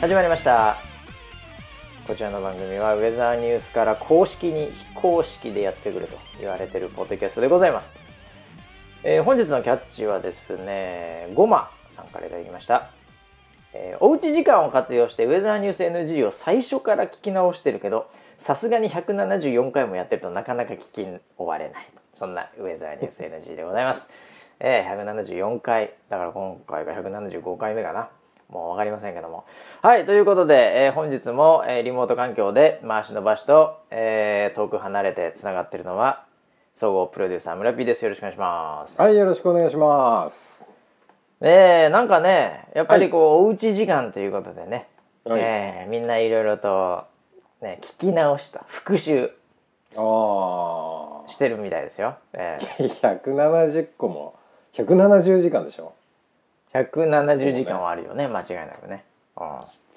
始まりましたこちらの番組はウェザーニュースから公式に非公式でやってくると言われているポッドキャストでございます、えー本日のキャッチはですねゴマさんからいただきました、えーおうち時間を活用してウェザーニュース NG を最初から聞き直してるけどさすがに174回もやってるとなかなか聞き終われないそんなウェザーニュース NG でございますえー、174回だから今回が175回目かなもう分かりませんけどもはいということで、えー本日も、えーリモート環境で回しのばしと、えー遠く離れてつながってるのは総合プロデューサー村 P ですよろしくお願いしますはい、よろしくお願いします。ねえなんかねやっぱりこう、おうち時間ということでね、はいえーみんないろいろと、ね、聞き直した復習ああ、してるみたいですよ、え170個も170時間でしょ。ー、170時間はあるよね間違いなくね、うん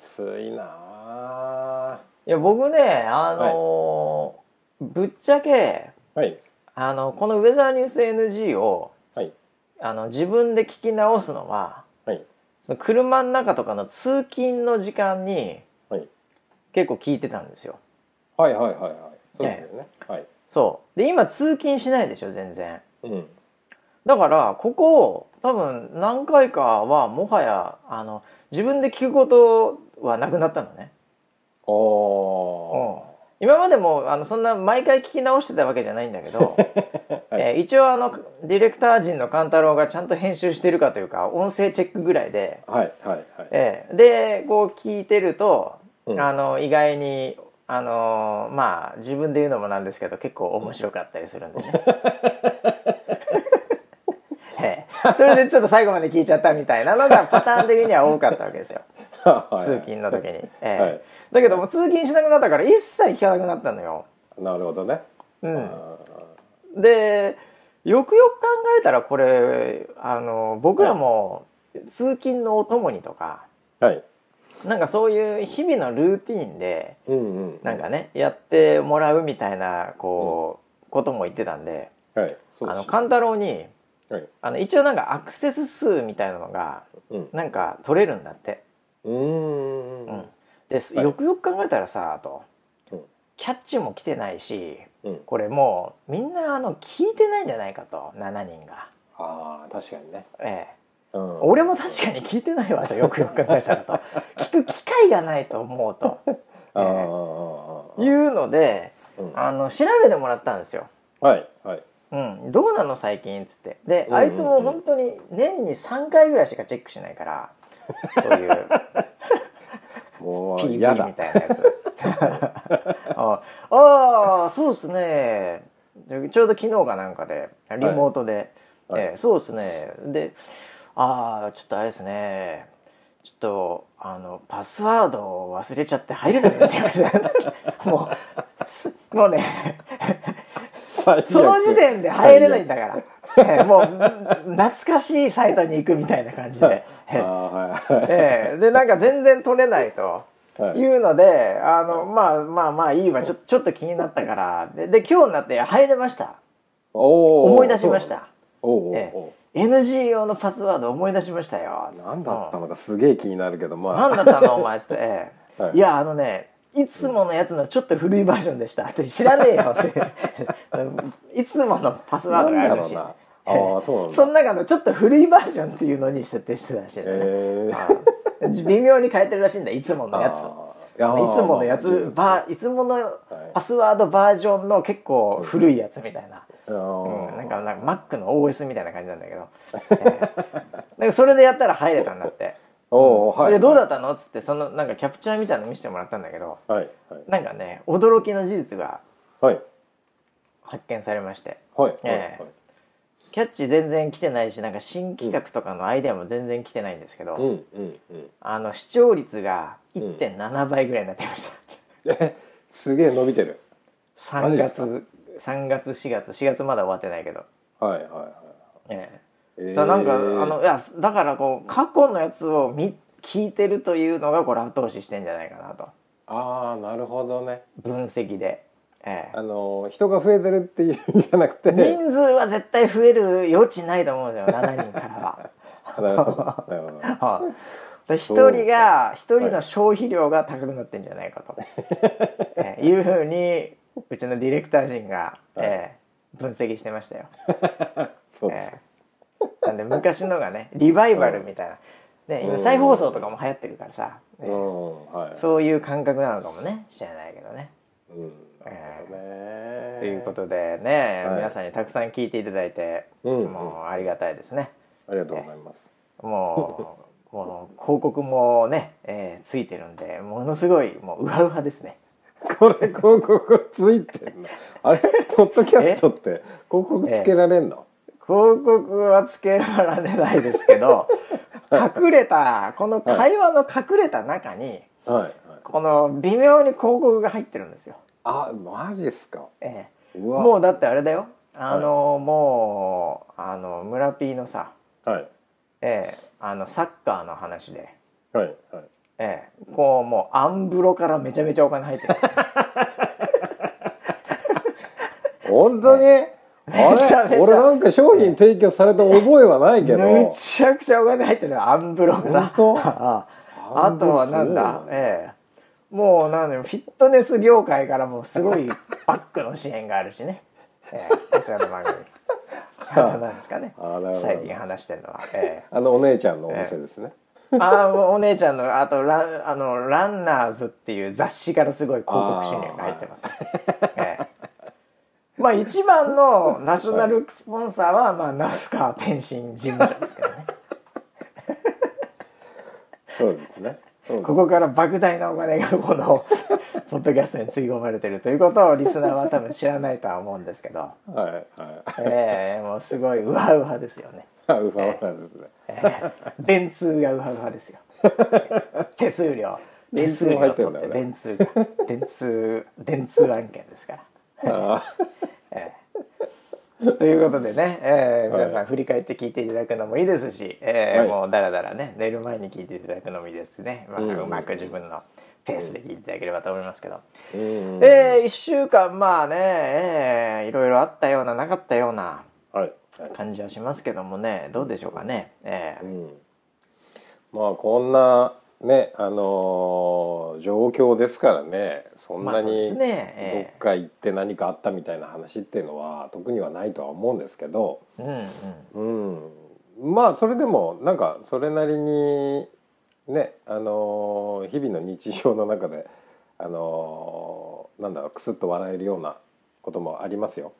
ついなあ。いや僕ねあのーぶっちゃけはいあのこのウェザーニュース NG をはいあの自分で聞き直すのははいその車の中とかの通勤の時間にはい結構聞いてたんですよはいはいはいはい。そうですよね。はい。そうで今通勤しないでしょ全然うん。だからここ多分何回かはもはやあの自分で聞くことはなくなったのねお今までもあのそんな毎回聞き直してたわけじゃないんだけど、 はいえー一応あのディレクター陣の勘太郎がちゃんと編集してるかというか音声チェックぐらいで、ー。はいはいはい。えーでこう聞いてると、うんあの意外にあのーまあ自分で言うのもなんですけど結構面白かったりするん でね。えーそれでちょっと最後まで聞いちゃったみたいなのがパターン的には多かったわけですよ は い通勤の時に、えーはいだけどもう通勤しなくなったから一切聞かなくなったのよ、なるほどね。うん、あでよくよく考えたらこれあの僕らも通勤のお供にとかーはい。なんかそういう日々のルーティンでうんうん。なんかねやってもらうみたいなこう、ことも言ってたんではい。そうあでのすね。勘太郎にはい。あの一応なんかアクセス数みたいなのがうん。うなんか取れるんだって。ーん。うん、ですはいよくよく考えたらさと、うんキャッチも来てないしうん。これもうみんなあの聞いてないんじゃないかと7人が。ああ、確かにね。ええうん。俺も確かに聞いてないわとよくよく考えたら と聞く機会がないと思うとあーあーあーあーいうのでうんあの調べてもらったんですよ。はいはい。うん、どうなの最近っつってでうんうんうんあいつも本当に年に3回ぐらいしかチェックしない からそういうもう PV やだみ。たいなやつ ああーそうっすねでちょうど昨日かなんかでリモートで、はいえーそうっすねでああちょっとあれですねちょっとあのパスワードを忘れちゃって入れないって言われてもうすもうね最悪その時点で入れないんだから、ええもううん懐かしいサイトに行くみたいな感じで、あーはいええでなんか全然取れないとはいいうのであのまあまあまあいいわちょちょっと気になったからでで今日になって入れましたおー思い出しまし。た、おおえおえ NG 用のパスワード思い出しましたよお。なんだったのかすげえ気になるけどまあ。何だったのお前っつって、ええはいいやあのねいつものやつのちょっと古いバージョンでしたって知らねえよって いつものパスワードがあるらしいなんだろうなあーそうなんだその中のちょっと古いバージョンっていうのに設定してたらしいんだね、ええー。微妙に変えてるらしいんだいつものやつをいやいつものやつまバーいつものパスワードバージョンの結構古いやつみたいな、ああーうんなんかなんか Mac の OS みたいな感じなんだけど、えーなんかそれでやったら入れたんだって。おおはい。でどうだったのっつってそのなんかキャプチャーみたいなの見せてもらったんだけどはいはいなんかね驚きの事実がはい発見されましてはいはいええキャッチ全然来てないしなんか新企画とかのアイデアも全然来てないんですけど、うんうんうん。あの視聴率が1.7倍ぐらいになってま した、えすげえ伸びてる。マ3ジですか月3月4月4月まだ終わってないけど、はいはいはい。えええだなんか、ーあのいやだからこう過去のやつを見聞いてるというのがこれ後押ししてんじゃないかなとああなるほどね。分析で、ええあのー人が増えてるっていうんじゃなくて。 なる人数は絶対増える余地ないと思うんだよ7人からはほどなるほど。は ら一人が一人の消費量が高くなってんじゃない かと、えーいうふうにうちのディレクター陣が、えー分析してましたよ。そうですえか、ーなんで昔のがねリバイバルみたいな、ね、今再放送とかも流行ってるからさ、えうーんはいそういう感覚なのかもね知らないけどね。うんなるほどねということでね、はい皆さんにたくさん聞いていただいて、うんうんもうありがたいですね。ありがとうございますもうもう広告もね、えーついてるんでものすごいもううわうわですね。これ広告ついてんのあれポッドキャストって広告つけられんの広告はつけられないですけ ど隠れたこの会話の隠れた中にはいはいこの微妙に広告が入ってるんですよ。あマジっすかええうわもうだってあれだよあの、もうあの村 P のさ、はいええあのサッカーの話で、はいはいええこうもうアンブロからめちゃめちゃお金入ってる本当に、あめちゃめちれゃ俺なんか商品提供された覚えはないけど、めちゃくちゃお金入ってるよアンブロから。本 当ああアあンブとロはすごいななんだ、ええ、もうなんだよフィットネス業界からもすごいバックの支援があるしね、ええ、こちらの 番組あとなんですかねあーなるほど最近話してるのは、えあのお姉ちゃんのお店ですね、え、ああお姉ちゃんのあとランあのランナーズっていう雑誌からすごい広告収入が入ってます、ええまあ一番のナショナルスポンサーは、まあ、ナスカ天心事務所ですけどねそうですねそうですここから莫大なお金がこの ポッドキャストにつぎ込まれてるということをリスナーは多分知らないとは思うんですけど、はい はいええもうすごいうわうわですよね、あウハウハですねええ 電通がうわうわ ですよ手数料手数料取って電電通が電通電通案件ですから。あ ということでね、えー皆さん振り返って聞いていただくのもいいですし、えーはいもうだらだらね寝る前に聞いていただくのもいいですね、まあ、うんうまく自分のペースで聞いていただければと思いますけど、うんうんえー、1週間まあね、えーいろいろあったようななかったようなはい、感じはしますけどもねどうでしょうかね。えうーん、まあこんなねあのー状況ですからねそんまあなそうでにすどねえっか行って何かあったみたいな話っていうのは特にはないとは思うんですけど、ーうんうんうん、まあそれでもなんかそれなりにねあのー日々の日常の中であのーなんだろうクスッと笑えるようなこともありますよ。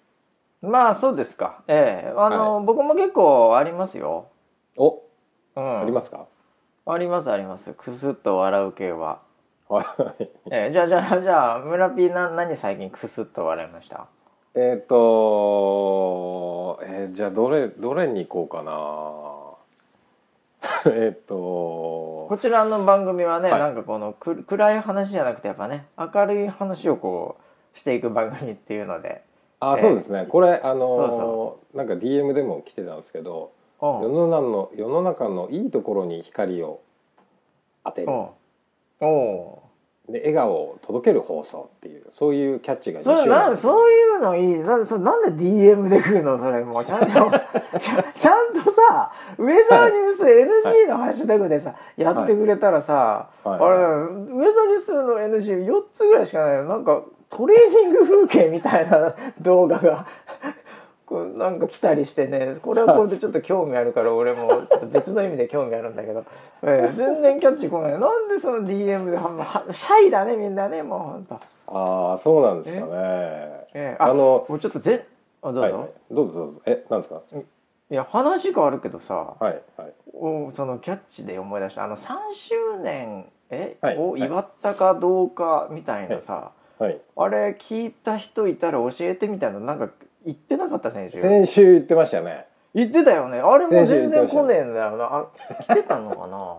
まあそうですか。えーあの、は僕も結構ありますよ。お、うん、ありますか？ ありますあります。くすっと笑う系は。はい。えーじゃあじゃあじゃあ村ピーな何最近くすっと笑いましたえっ、とえーじゃあどれどれに行こうかな。 えっとこちらの番組はね、はいなんかこのく暗い話じゃなくてやっぱね明るい話をこうしていく番組っていうので、あ、えーそうですねこれあのーそうそなんか DM でも来てたんですけどうん世の中の世の中のいいところに光を当てるおうおで笑顔を届ける放送っていうそういうキャッチがうそれなんそういうのいいなんそなんで DM で来るのそれもうちゃんとちゃちゃんとさウェザーニュース NG のハッシュタグでさ、やってくれたらさ、はいあれウェザーニュースの NG4 つぐらいしかないよなんかトレーニング風景みたいな動画が。 こうなんか来たりしてねこれはこれでちょっと興味あるから俺もちょっと別の意味で興味あるんだけど、ええ全然キャッチ来ないなんでその DM でははシャイだねみんなねもうほんと。ああそうなんですかねえー、ああのもうちょっとぜあどうぞ、はいいはいどうぞどうぞえなんですかや話変わるけどさ、はいはいおそのキャッチで思い出したあの3周年え、はいをはい祝ったかどうかみたいなさ、はいあれ聞いた人いたら教えてみたいななんか言ってなかった選手先週言ってましたね言ってたよねあれも先全週言って然ました来ねえんだよなあ来てたのか な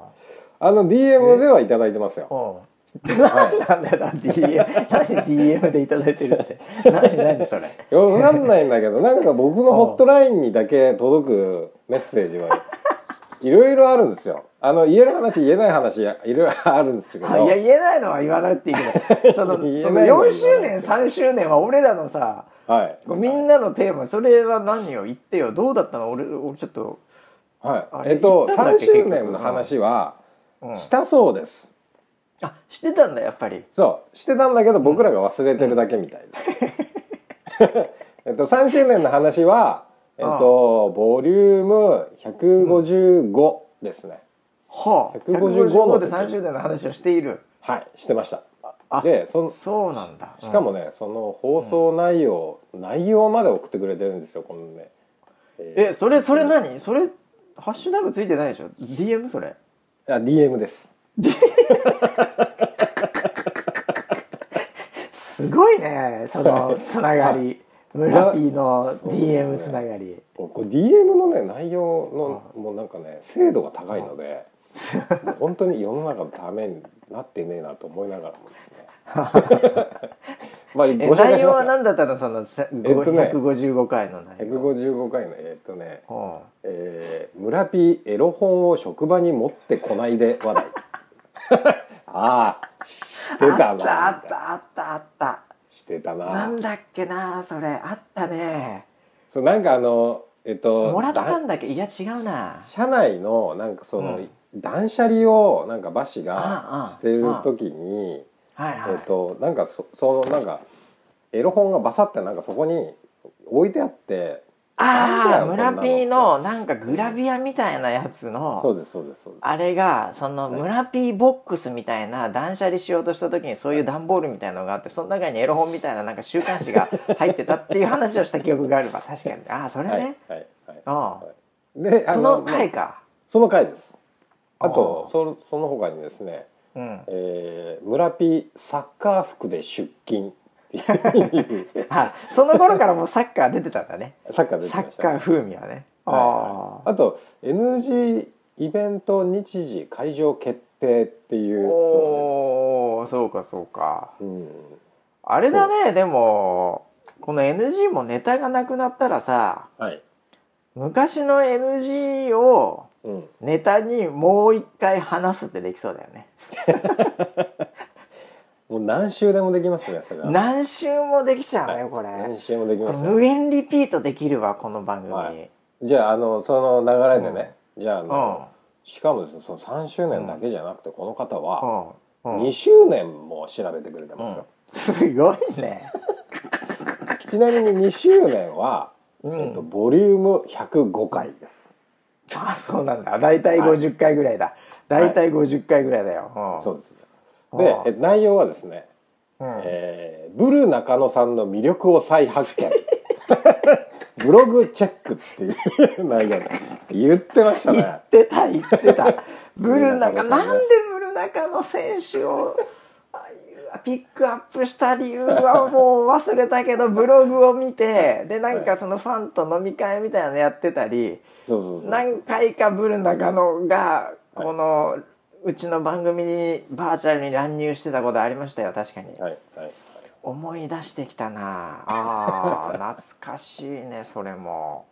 あの DM ではいただいてますようん何 なんだよな DM 何 DM でいただいてるって何何それいやわかんないんだけどなんか僕のホットラインにだけ届くメッセージはいろいろあるんですよあの言える話言えない話いろいろあるんですけどあいや言えないのは言わなくていいけ どその言えないそののは言わな4い周年3周年は俺らのさはいみんなのテーマそれは何よ言ってよどうだったの俺俺ちょっとはあい、れえっと言ったんだっ3け周年の話は、うんしたそうです、あしてたんだやっぱりそうしてたんだけど僕らが忘れてるだけみたい な、えっと、3周年の話は、えっと、ボリューム155ですね、はあ155 155ので時3周年の話をしているはいしてましたあでそんそうなんだしかうんもね、その放送内容、内容まで送ってくれてるんですよこのねえそれそれ何それハッシュタグついてないでしょ DM それあ DM ですすごいねそのつながり村 P のそうですね DM つながりこうこう DM のね内容のもうなんかね精度が高いのでもう本当に世の中のためになってねえなと思いながらもで すねまあごえ紹介内し容まはすよ何だったのそのせえっとね155回の内容155回のえっとねうん「えー、村ピーエロ本を職場に持ってこないで」話 題ああしてあたなったあったあったあっしてたたななんだっけなそれあったねそうなんかあのえっともらったんだだっけいや違うな車内のなんかその、うん断捨離をなんかバシあああがあしてる時にはいはい、えっとなんかそそのなんかエロ本がバサってなんかそこに置いてあってああなんだよこん村なの P のなんかグラビアみたいなやつそのうですそうですそうですあれがその村 P ボックスみたいな断捨離しようとした時にそういう段ボールみたいのがあってその中にエロ本みたいななんか週刊誌が入ってたっていう話をした記憶があるわ確かにああそれはいね、はいはいうんであそのまあ回かその回ですあとああそのその他にですねうんえー村ピサッカー服で出勤っていうあその頃からもうサッカー出てたんだねサッカー出てきサましッたねカー風味はねあはいああと NG イベント日時会場決定っていうのおおそうかそうかが出てますあれだねでもこの NG もネタがなくなったらさうんはい昔の NG をうん、ネタにもう一回話すってできそうだよねもう何週でもできますねそれは何周もできちゃうねこ何れ週もできこまれすよ無限リピートできるわこの番組、はいじゃああのその流れでね、じゃああうの、んしかもですねその3周年だけじゃなくてこの方はうんうん2周年も調べてくれてますよ、すごいねちなみに2周年は、えっと、ボリューム105回です、あそうなんだ大体50回ぐらいだ、大体50回ぐらいだよ、うんそうですでああえ内容はですね、うんえーブル中野さんの魅力を再発見 ブログチェックっていう内容で言ってましたね言ってた言 ってたブルナカブルナカなのんでブルナカの選手を あピックアップした理由はもう忘れたけどブログを見てでなんかそのファンと飲み会みたいなのやってたりそうそうそう何回かブル中野がこのうちの番組にバーチャルに乱入してたことありましたよ確かにはいはい思い出してきた なあー懐かしいねそれ も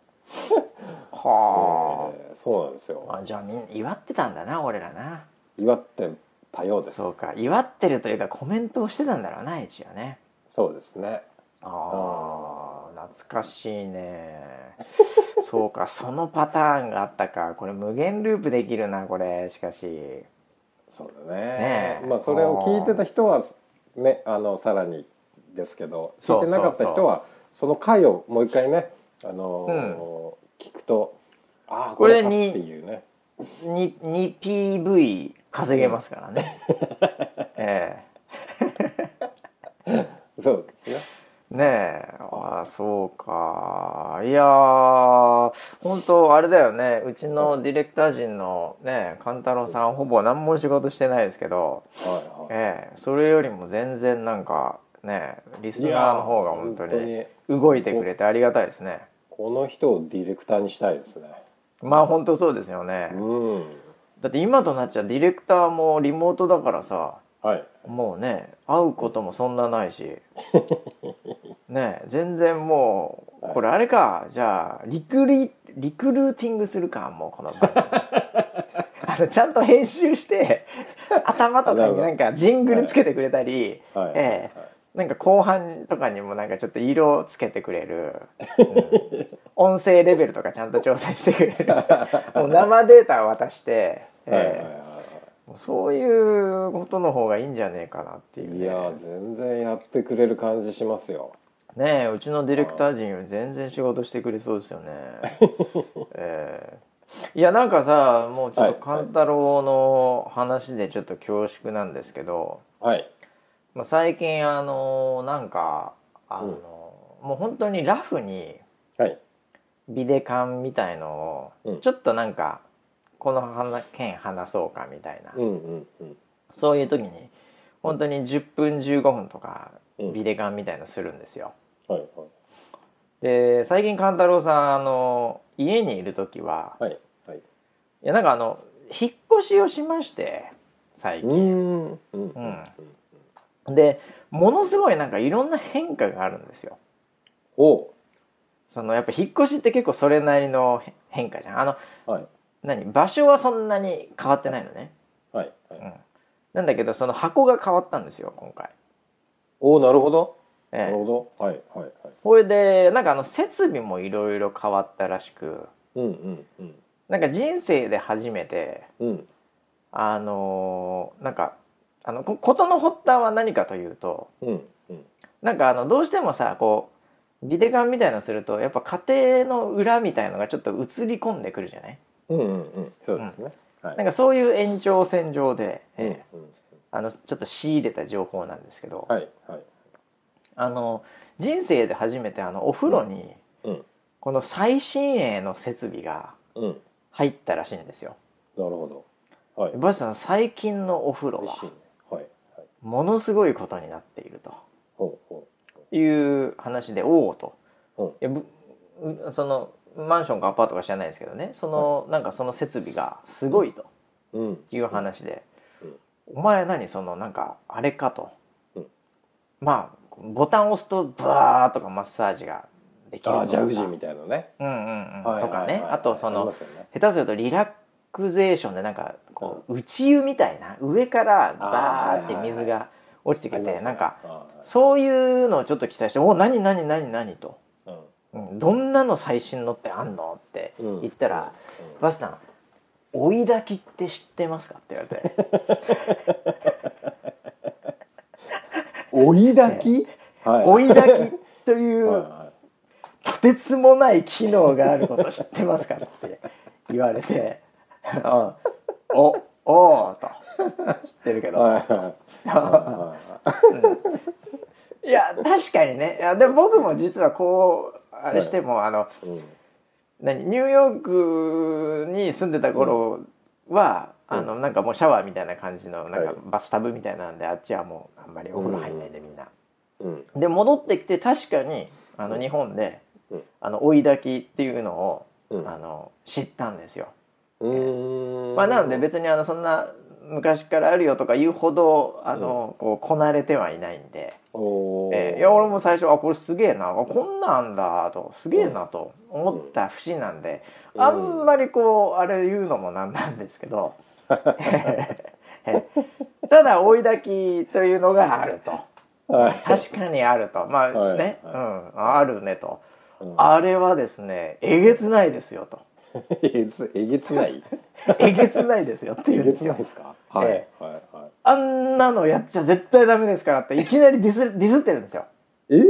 はあえーそうなんですよあじゃあみんな祝ってたんだな俺らな祝ってたようですそうか祝ってるというかコメントをしてたんだろうな一応ねそうですねああ懐かしいね そうかそのパターンがあったかこれ無限ループできるなこれしかしそうだねねえまあそれを聞いてた人はねあのさらにですけどそ聞ういてなかった人はその回をもう一回ねあのー聞くとああこれかっこてれにいうねに 2PV 稼げますから ねえそうですねえねえああそうかいやー本当あれだよねうちのディレクター陣のね勘太郎さんほぼ何も仕事してないですけどはいはいええ、それよりも全然なんかねリスナーの方が本当いにや動いてくれてありがたいですねこの人をディレクターにしたいですねまあ本当そうですよねうんだって今となっちゃディレクターもリモートだからさはいもうね会うこともそんなない しね全然もうこれあれかじゃあリクリリクルーティングするかもうこの番 組あのちゃんと編集して頭とかになんかジングルつけてくれたり、はいええなんか後半とかにもなんかちょっと色をつけてくれ る、うん音声レベ ルとかちゃんと調整してくれるもう生データを渡して、ええはいはいはいはいもうそういうことの方がいいんじゃねえかなっていういねやー全然やってくれる感じしますよねえうちのディレクター陣より全然仕事してくれそうです よねええいやなんかさもうちょっとはいはい勘太郎の話でちょっと恐縮なんですけど、はいまあ、最近あのなんかあの、もう本当にラフにはいビデ感みたいのを、うんちょっとなんかこの話件話そうかみたいな、うんうんうんそういう時に本当に10分15分とかうんビデ感みたいのするんですよ。はいで最近勘太郎さんあの家にいる時は、はいはいはいいやなんかあの引っ越しをしまして最う近。ーんうんうんでものすごいなんかいろんな変化があるんですよ。おうそのやっぱ引っ越しって結構それなりの変変化じゃんあのはい何場所はそんなに変わってないのねはいはいなんだけどその箱が変わったんですよ今回、おおなるほどなえるえ、ほどはいはいはいこれでなんかあの設備もいろいろ変わったらしくうんうんうんなんか人生で初めてうんあのーなんかあのこ事の発端は何かというとうんうんなんかあのどうしてもさこうビデカンみたいのするとやっぱ家庭の裏みたいのがちょっと映り込んでくるじゃないうんうんうんそうですねはいなんかそういう延長線上で、うえんえうんあのちょっと仕入れた情報なんですけど、はいはいあの人生で初めてあのお風呂にうんこの最新鋭の設備がうんなる入ったらしいんですよ。ほどはいバシさん最近のお風呂美味はしいねはいはいものすごいことになっているとほうほいう話でおおとうんいやぶうそのマンションかアパートか知らないですけどねその、なんかその設備がすごいとううんいう話でうん「お前何そのなんかあれか」とうんまあボタンを押すとブワーとかマッサージができるあーとかジャグジーみたいなねうんうんはうん、いはといかはいねはいあとそりのますよね下手するとリラクゼーションでなんかこう内湯みたいな上からバーってあーはいはいはい水が落ちてあきりますてねなんかあーそういうのをちょっと期待して「お何何何何?」と、うんうんどんなの最新のってあんの?」ってうん言ったら「バスさん追い焚きって知ってますか?」って言われて 追い抱きは「追い焚きというはとてつもない機能があること知ってますか?」って言われて「うんおおー」と知ってるけい ど。はいはいは いいや確かにねいやでも僕も実はこうあれしても、あのうん何ニューヨークに住んでた頃は、あのなんかもうシャワーみたいな感じのなんはかいバスタブみたいなんで、あっちはもうあんまりお風呂入んないでみんな。うんで戻ってきて確かにあの日本で、うんあの追い炊きっていうのを、うんあの知ったんですよ。うーんまあ、なので別にあのそんな昔からあるよとか言うほどあの、こうこなれてはいないんで。おーえーいや俺も最初あこれすげえなあこんなんだとすげえなと思った節なんで、うんあんまりこうあれ言うのもなんなんですけ ど、えーただ追い焚きというのがある とはい確かにあるとまあはいね、はうん、あるねと、うんあれはですねえげつないですよとえつえげ つないえげつないですよっていえうんげでつすないよですかはいえはいはあんなのやっちゃ絶対ダメですからっていきなりディスディスってるんですよいえ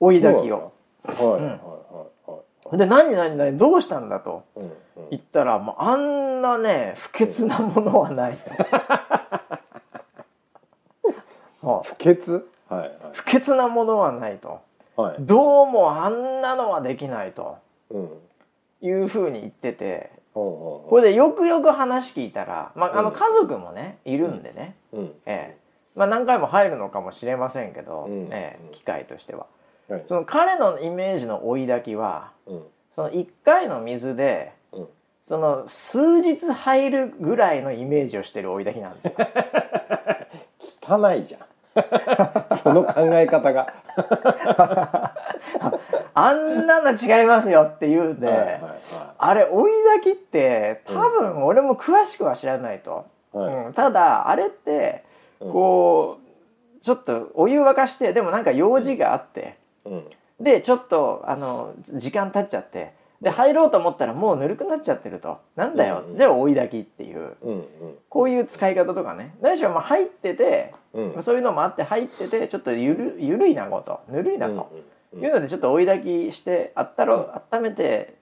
追い焚きを。そうなんですかはいで何何何どうしたんだと。はいはいはいうんうん行ったらもうあんなね不潔なものはない とはい不潔はいはい不潔なものはないとはいどうもあんなのはできないとうんいうふうに言っててほこれでよくよく話聞いたら、まあ、あうのん家族もねいるんでね、うほううんええまあ、何回も入るのかもしれませんけど、うんええ機会としてははいその彼のイメージの追い炊きはうんその1回の水でうんその数日入るぐらいのイメージをしてる追い炊きなん ですよ汚いじゃん その考え方があんなの違いますよって言うんで、はいはいはあれ追い炊きって多分俺も詳しくは知らないと、いはいうんただあれってこう、ちょっとお湯沸かしてでもなんか用事があって、うんでちょっとあの時間経っちゃってで入ろうと思ったらもうぬるくなっちゃってるとなんだよ、うんうんじゃあ追いだきっていううんこういう使い方とかね何しろまあ入っててうんうんそういうのもあって入っててちょっとゆるゆるいなことぬるいなと、うんいうのでちょっと追いだきしてあったろ、温めて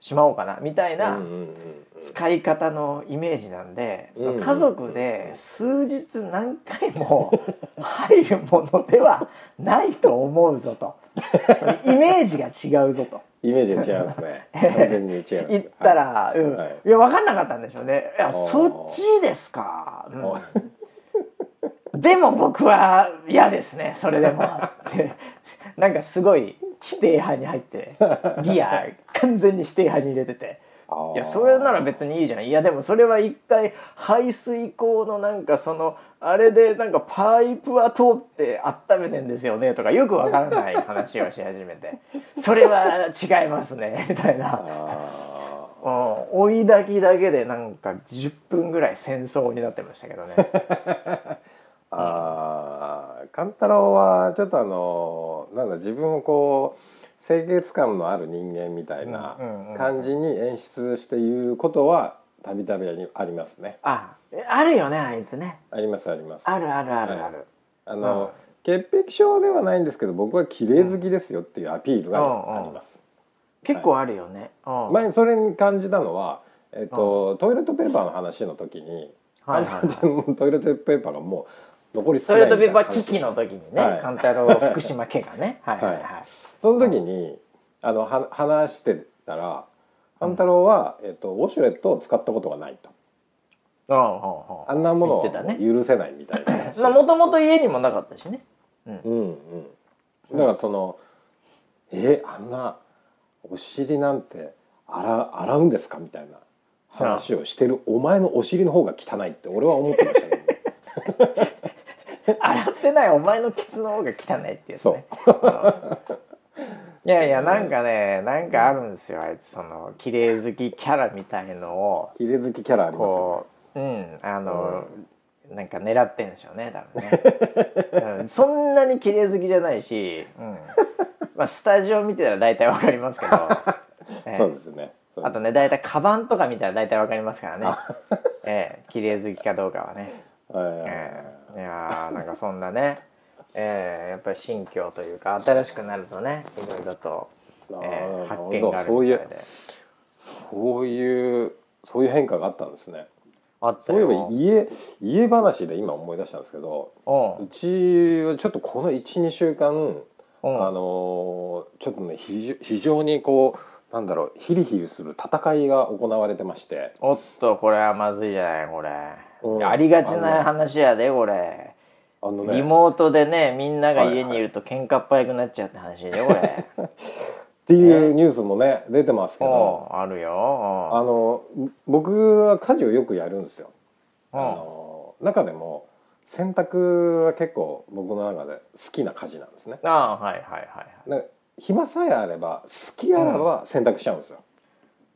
しまおうかなみたいな、うんうんうんうん使い方のイメージなんで、そのうん家族で数日何回も入るものではないと思うぞ とイメージが違うぞとイメージが違います ね完全に違います言ったら、うんはいい、や分かんなかったんでしょうねいやあーそっちですか、うん、 でも僕は嫌ですねそれでもってなんかすごい否定派に入ってギア完全に否定派に入れてて。いやそれなら別にいいじゃないいやでもそれは一回排水口のなんかそのあれでなんかパイプは通って温めてんですよねとかよくわからない話をし始め てそれは違いますねみたいなあうん追いだきだけでなんか10分ぐらい戦争になってましたけどねーあー勘太郎はちょっとあのなんだ自分をこう清潔感のある人間みたいなうんうんうん感じに演出して言うことはたびたびありますねあえあるよねあいつねありますありますあるあるあるある、あの、潔癖症ではないんですけど僕は綺麗好きですよっていうアピールうんがうんあります、結構あるよね、うん前にそれに感じたのは、えっとトイレットペーパーの話の時に、はいはいはい あのトイレットペーパーがもう残り少トなイいレみッたトいペなーパー危話機の時にね、はい勘太郎福島家がねはいはいはい、 はいその時にあのは話してたら半太郎は、えっとウォシュレットを使ったことがないとうんうんうんあんなもの言ってたねは許せないみたいな 話、まあもともと家にもなかったしねうんうん、だからその「えあんなお尻なんて洗洗うんですか?」みたいな話をしてるお前のお尻の方が汚いって俺は思ってましたけど、 ね、洗ってないお前のケツの方が汚いってやつそうねいやいやなんかねなんかあるんですよあいつその綺麗好きキャラみたいのを入れ好きキャラありますよこううんあの、なんか狙ってんでしょうね多分ね、うん、そんなに綺麗好きじゃないし、うんまあ、スタジオ見てたら大体わかりますけ ど、えねえそうですねそうあですとね大体カバンとか見たら大体わかりますからね、ええ、綺麗好きかどうかはねええーいやーなんかそんなね、えーやっぱり新居というか新しくなるとねいろいろと、えーーなる発ほど見があるそうみいたいうでそういうそういう変化があったんですねあったそういえよば家家話で今思い出したんですけどううんちはちょっとこの12週間うんあのーちょっとね非常非常にこうなんだろうヒリヒリする戦いが行われてましておっとこれはまずいじゃないこれ、うんありがちな話やでこれ、あのリねモートでねみんなが家にいると喧嘩っ早くなっちゃうって話でこ れっていうニュースもね出てますけどおあるよあの僕は家事をよくやるんですよ。うあんの中でも洗濯は結構僕の中で好きな家事なんですね。ああはいはいはいはいなんか暇さえあれば好きあらば洗濯しちゃうんですよ。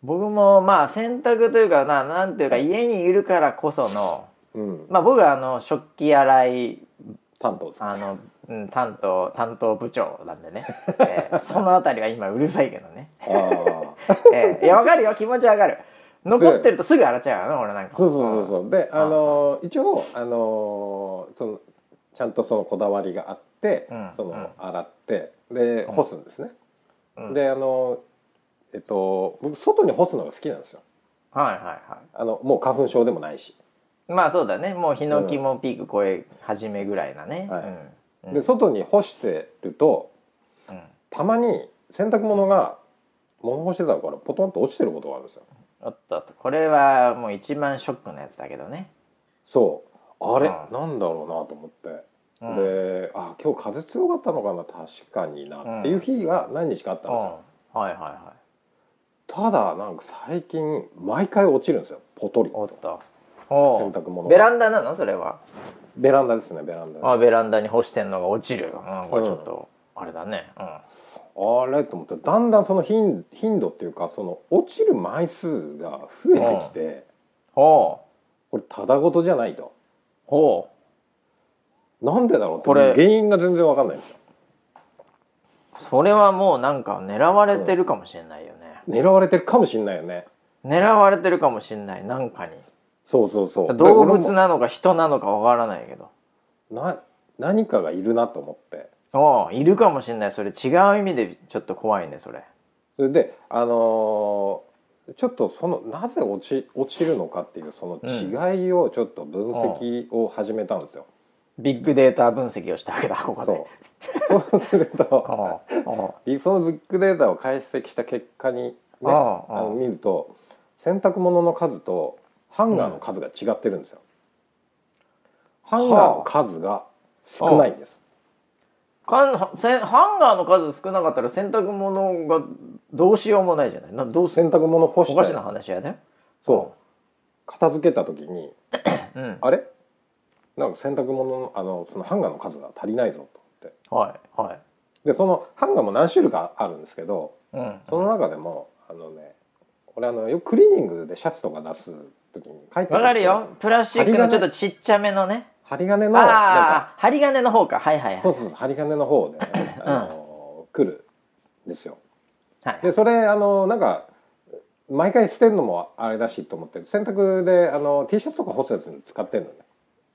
僕もまあ洗濯というかななんていうか家にいるからこそのうん、まあ僕はあの食器洗い担当です。あの、うん、担当担当部長なんでね、え ーそのあたりは今うるさいけどね、あーえーいやわかるよ気持ちわかる残ってるとすぐ洗っちゃうよな俺なんかそうそうそうそうであの一応あのそのちゃんとそのこだわりがあって、うんそうの洗ってで干すんですね、であのえっと僕外に干すのが好きなんですよはいはいはあのもう花粉症でもないし、いまあそうだねもうヒノキもピーク超え始めぐらいなね、はいうんで外に干してると、んたまに洗濯物が物干し竿からポトンと落ちてることがあるんですよおっとっとこれはもう一番ショックなやつだけどねそうあれ、うんなんだろうなと思って、うんであ今日風強かったのかな確かにな、っていう日が何日かあったうんですよ、はいはいはいただなんか最近毎回落ちるんですよポトリおっとおう洗濯物ベランダなのそれはベランダですねベランダああベランダに干してんのが落ちる、うん、これちょっと、あれだねうんれと思ってだんだんその頻頻度っていうかその落ちる枚数が増えてきて、ほうこれただごとじゃないとほなんでだろうってこれ原因が全然わかんないんですようそれはもうなんか狙われてるかもしれないよね、狙われてるかもしんないよね狙われてるかもしれないなんかにそうそうそう動物ななのか人なのかわからないけどな何かがいるなと思っておういるかもしれないそれ違う意味でちょっと怖いねそれそれであのーちょっとそのなぜ落ち落ちるのかっていうその違いをちょっと分析を始めたんですよ。ビッグデータ分析をしたわけだここでそうそうすると おうおうそのビッグデータを解析した結果に、ね、あああああの見ると洗濯物の数とハンガーの数が違ってるんですよ。ハンガーの数が少ないんです。かんせんハンガーの数少なかったら洗濯物がどうしようもないじゃないなどうす洗濯物干おしかしなて話やねそう片付けた時にうんあれなんか洗濯物のあのそのハンガーの数が足りないぞと思ってはいはいでそのハンガーも何種類かあるんですけどうんその中でもあのね俺あのよくクリーニングでシャツとか出す時に書いてあわかるよプラスチックのちょっとちっちゃめのね針金のなんかああ針金の方かはいはいはいそうそうそう針金の方で、 ねあの来るんですよはいでそれあのなんか毎回捨てるのもあれだしと思って洗濯であの T シャツとか干すやつに使ってるのね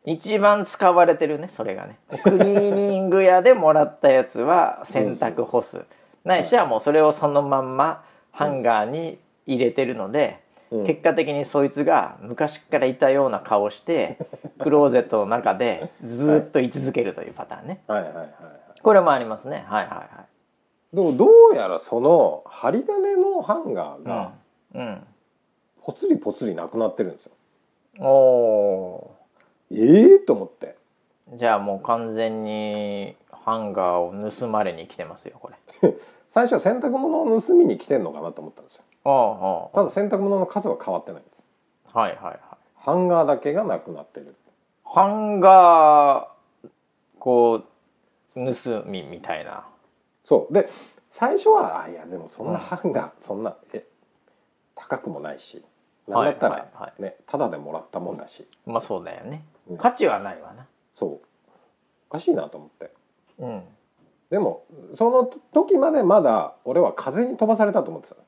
一番使われてるねそれがねクリーニング屋でもらったやつ は洗濯干すないしはもうそれをそのまんまハンガーに入れてるので、うん結果的にそいつが昔からいたような顔して クローゼットの中でずーっと居続けるというパターンねはいはいはいはいこれもありますねはいはでもどうやらその針金のハンガーいはがいうん、うんポツリポツリなくなってるんですよ。おええと思ってーじゃあもう完全にハンガーを盗まれに来てますよこれ最初は洗濯物を盗みに来てんのかなと思ったんですよ。ああただ洗濯物の数は変わってないんです。はいはいはいハンガーだけがなくなってる。ハンガーこう盗みみたいなそうで最初はあいやでもそんなハンガー、そんなえ高くもないしなんだったらはね、いはいただでもらったもんだしまあそうだよねうん価値はないわなそうおかしいなと思って。うんでもその時までまだ俺は風に飛ばされたと思ってたの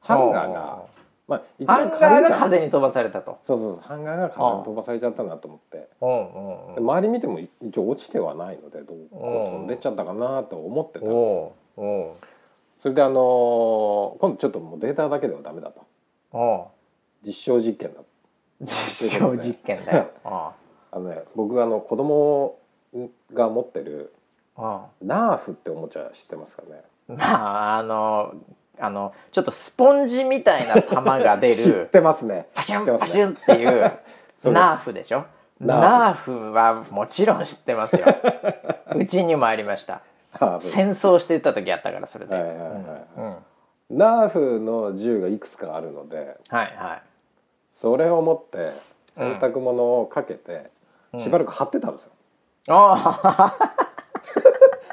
ハンガーがまあ一ハ番ン軽いかガーらが風に飛ばされたとそうそうそうハンガーが風に飛ばされちゃったなと思ってうんうんでうん周り見ても一応落ちてはないのでどうこう飛んでっちゃったかなと思ってたんですおうおうそれであのー今度ちょっともうデータだけではダメだとおう実証実験だと実証実験だよ ああのね僕あの子供が持ってるああナーフっておもちゃ知ってますかねあまああのあのちょっとスポンジみたいな玉が出 知っるてますねパシ知っュてンまパすシねュンっていう そうですナーフでしょナナーフはもちろん知って ますようちにもありましたナーフ戦争してた時あったからそれで、はいはいはいうんはいナーフの銃がいくつかあるのではいそれを持って洗濯物をかけて、しばらく貼ってたんですよ、ああ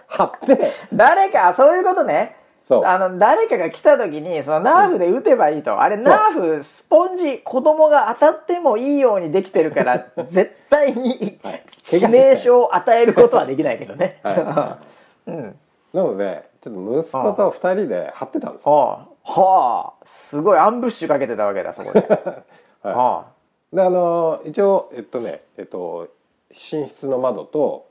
貼って 誰かそういうことねそうあの誰かが来た時にそのナーフで打てばいいと、あれうナーフスポンジ子供が当たってもいいようにできてるから 絶対にはい致命傷を与えることはできないけどね、はいは うんなのでちょっと息子と二人で貼ってたんですよ、はあはあすごいアンブッシュかけてたわけだそ こで、はであの一応えっとねえっと寝室の窓と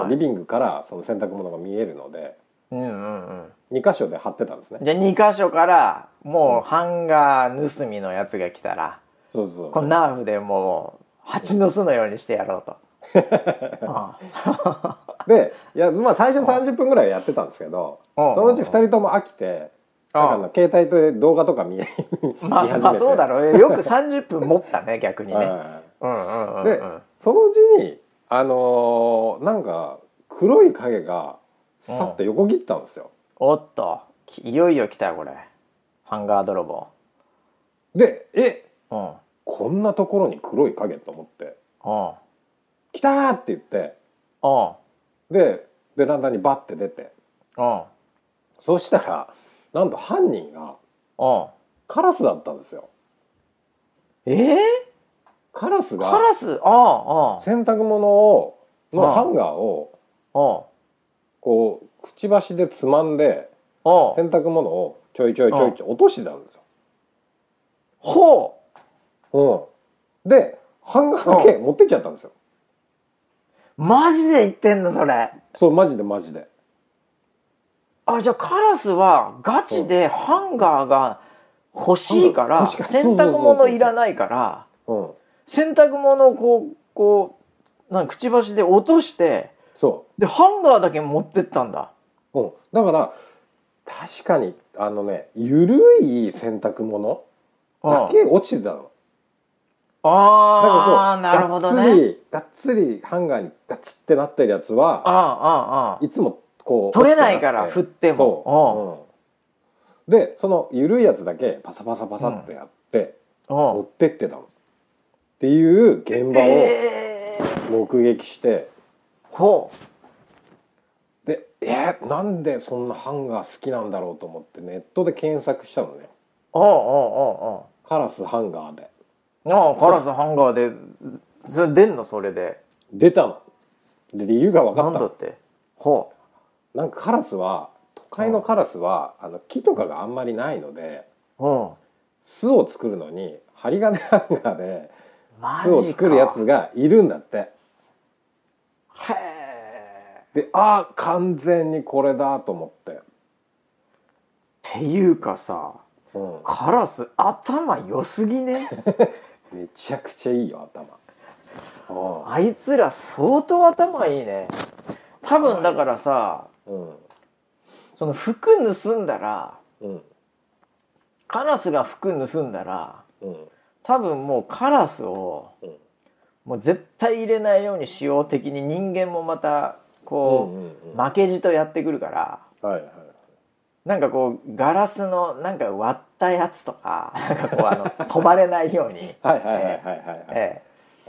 はといリビングからその洗濯物が見えるので、あうんうんうん二2箇所で貼ってたんですねじゃあ2箇所からもうハンガー盗みのやつが来たら、そうそうこのナーフでもう蜂の巣のようにしてやろ うと。あでいや、まあ、最初30分ぐらいやってたんですけどそうんのうち2人とも飽きてうんなんかあの携帯と動画とか見見始めてあまあ、まあそうだろうよく30分持った ね逆にね。はうんうんうんういんで、そのうちにあのーなんか黒い影がさっと横切ったんですよ、おっときいよいよ来たよこれハンガー泥棒。でえうんうんこんなところに黒い影と思って「来た!」って言ってうんでベランダにバッて出てうんそしたらなんと犯人がうん。カラスだったんですよえー、カラスカがラスあ洗濯物をあのハンガーをあああこうくちばしでつまんでああ洗濯物をちょいちょいちょいちょい落としてたんですよほうん、でハンガーだけ持ってっちゃったんですよ、うマジで言ってんのそれそうマジでマジであじゃあカラスはガチでハンガーが欲しいから欲しいから洗濯物いらないからうん洗濯物をこうこうなんかくちばしで落としてそでハンガーだけ持ってったんだう、うん、だから確かにあのねゆるい洗濯物だけ落ちてたのだからこうああなるほどがっつねりがっつりハンガーにガチってなってるやつはあああああいつもこう取れないから落ち振ってなくてもそう、うん、でその緩いやつだけパサパサパサってやって、あ持ってってたのっていう現場をええ目撃して、ほうでえーなんでそんなハンガー好きなんだろうと思ってネットで検索したのねあああカラスハンガーでああああカラスハンガーでそれ出んのそれで出たので理由が分かなっんただのってほなんかカラスは都会のカラスは、あの木とかがあんまりないのでううん巣を作るのに針金ハンガーでマ巣をジか作るやつがいるんだってへえでああ完全にこれだと思って、っていうかさうカラス頭良すぎ ねん、めちゃくちゃいいよ頭あいつら相当頭いいね多分だからさうんうんその服盗んだらうんカラスが服盗んだらうん多分もうカラスをうんもう絶対入れないようにしよう的に人間もまたうんこうんう、うん負けじとやってくるからはいはいなんかこうガラスのなんか割ったやつとかなんかこうあの 飛ばれないように、はいはいはいはいはいはい。えは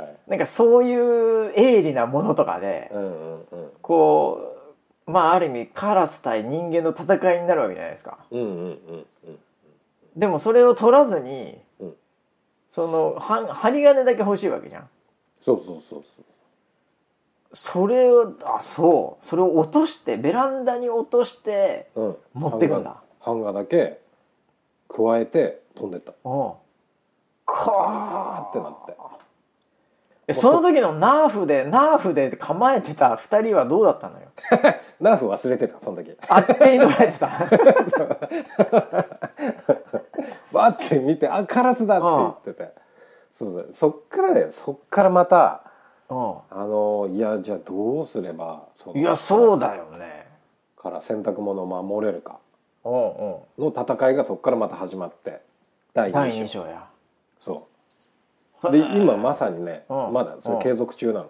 いえ、なんかそういう鋭利なものとかで、うんうんうんこうまあある意味カラス対人間の戦いになるわけじゃないですかうんうんうんうん。でもそれを取らずに、うんそのは針金だけ欲しいわけじゃんそうそうそうそう。それをあそうそれを落としてベランダに落としてうん、持ってくんだハンガーハンガーだけ加えて飛んでったおうあかってなってえその時のナーフでナーフで構えてた2人はどうだったのよナーフ忘れてたその時あっけに取られてた バーって見てあカラスだって言っててそうそうそっからだよそっからまたおあのいやじゃあどうすればそうのいやそうだよねから洗濯物を守れるかおうおの戦いがそっからまた始まって第う第2 2章章やそうで今まさにねうんまだそれ継続中なの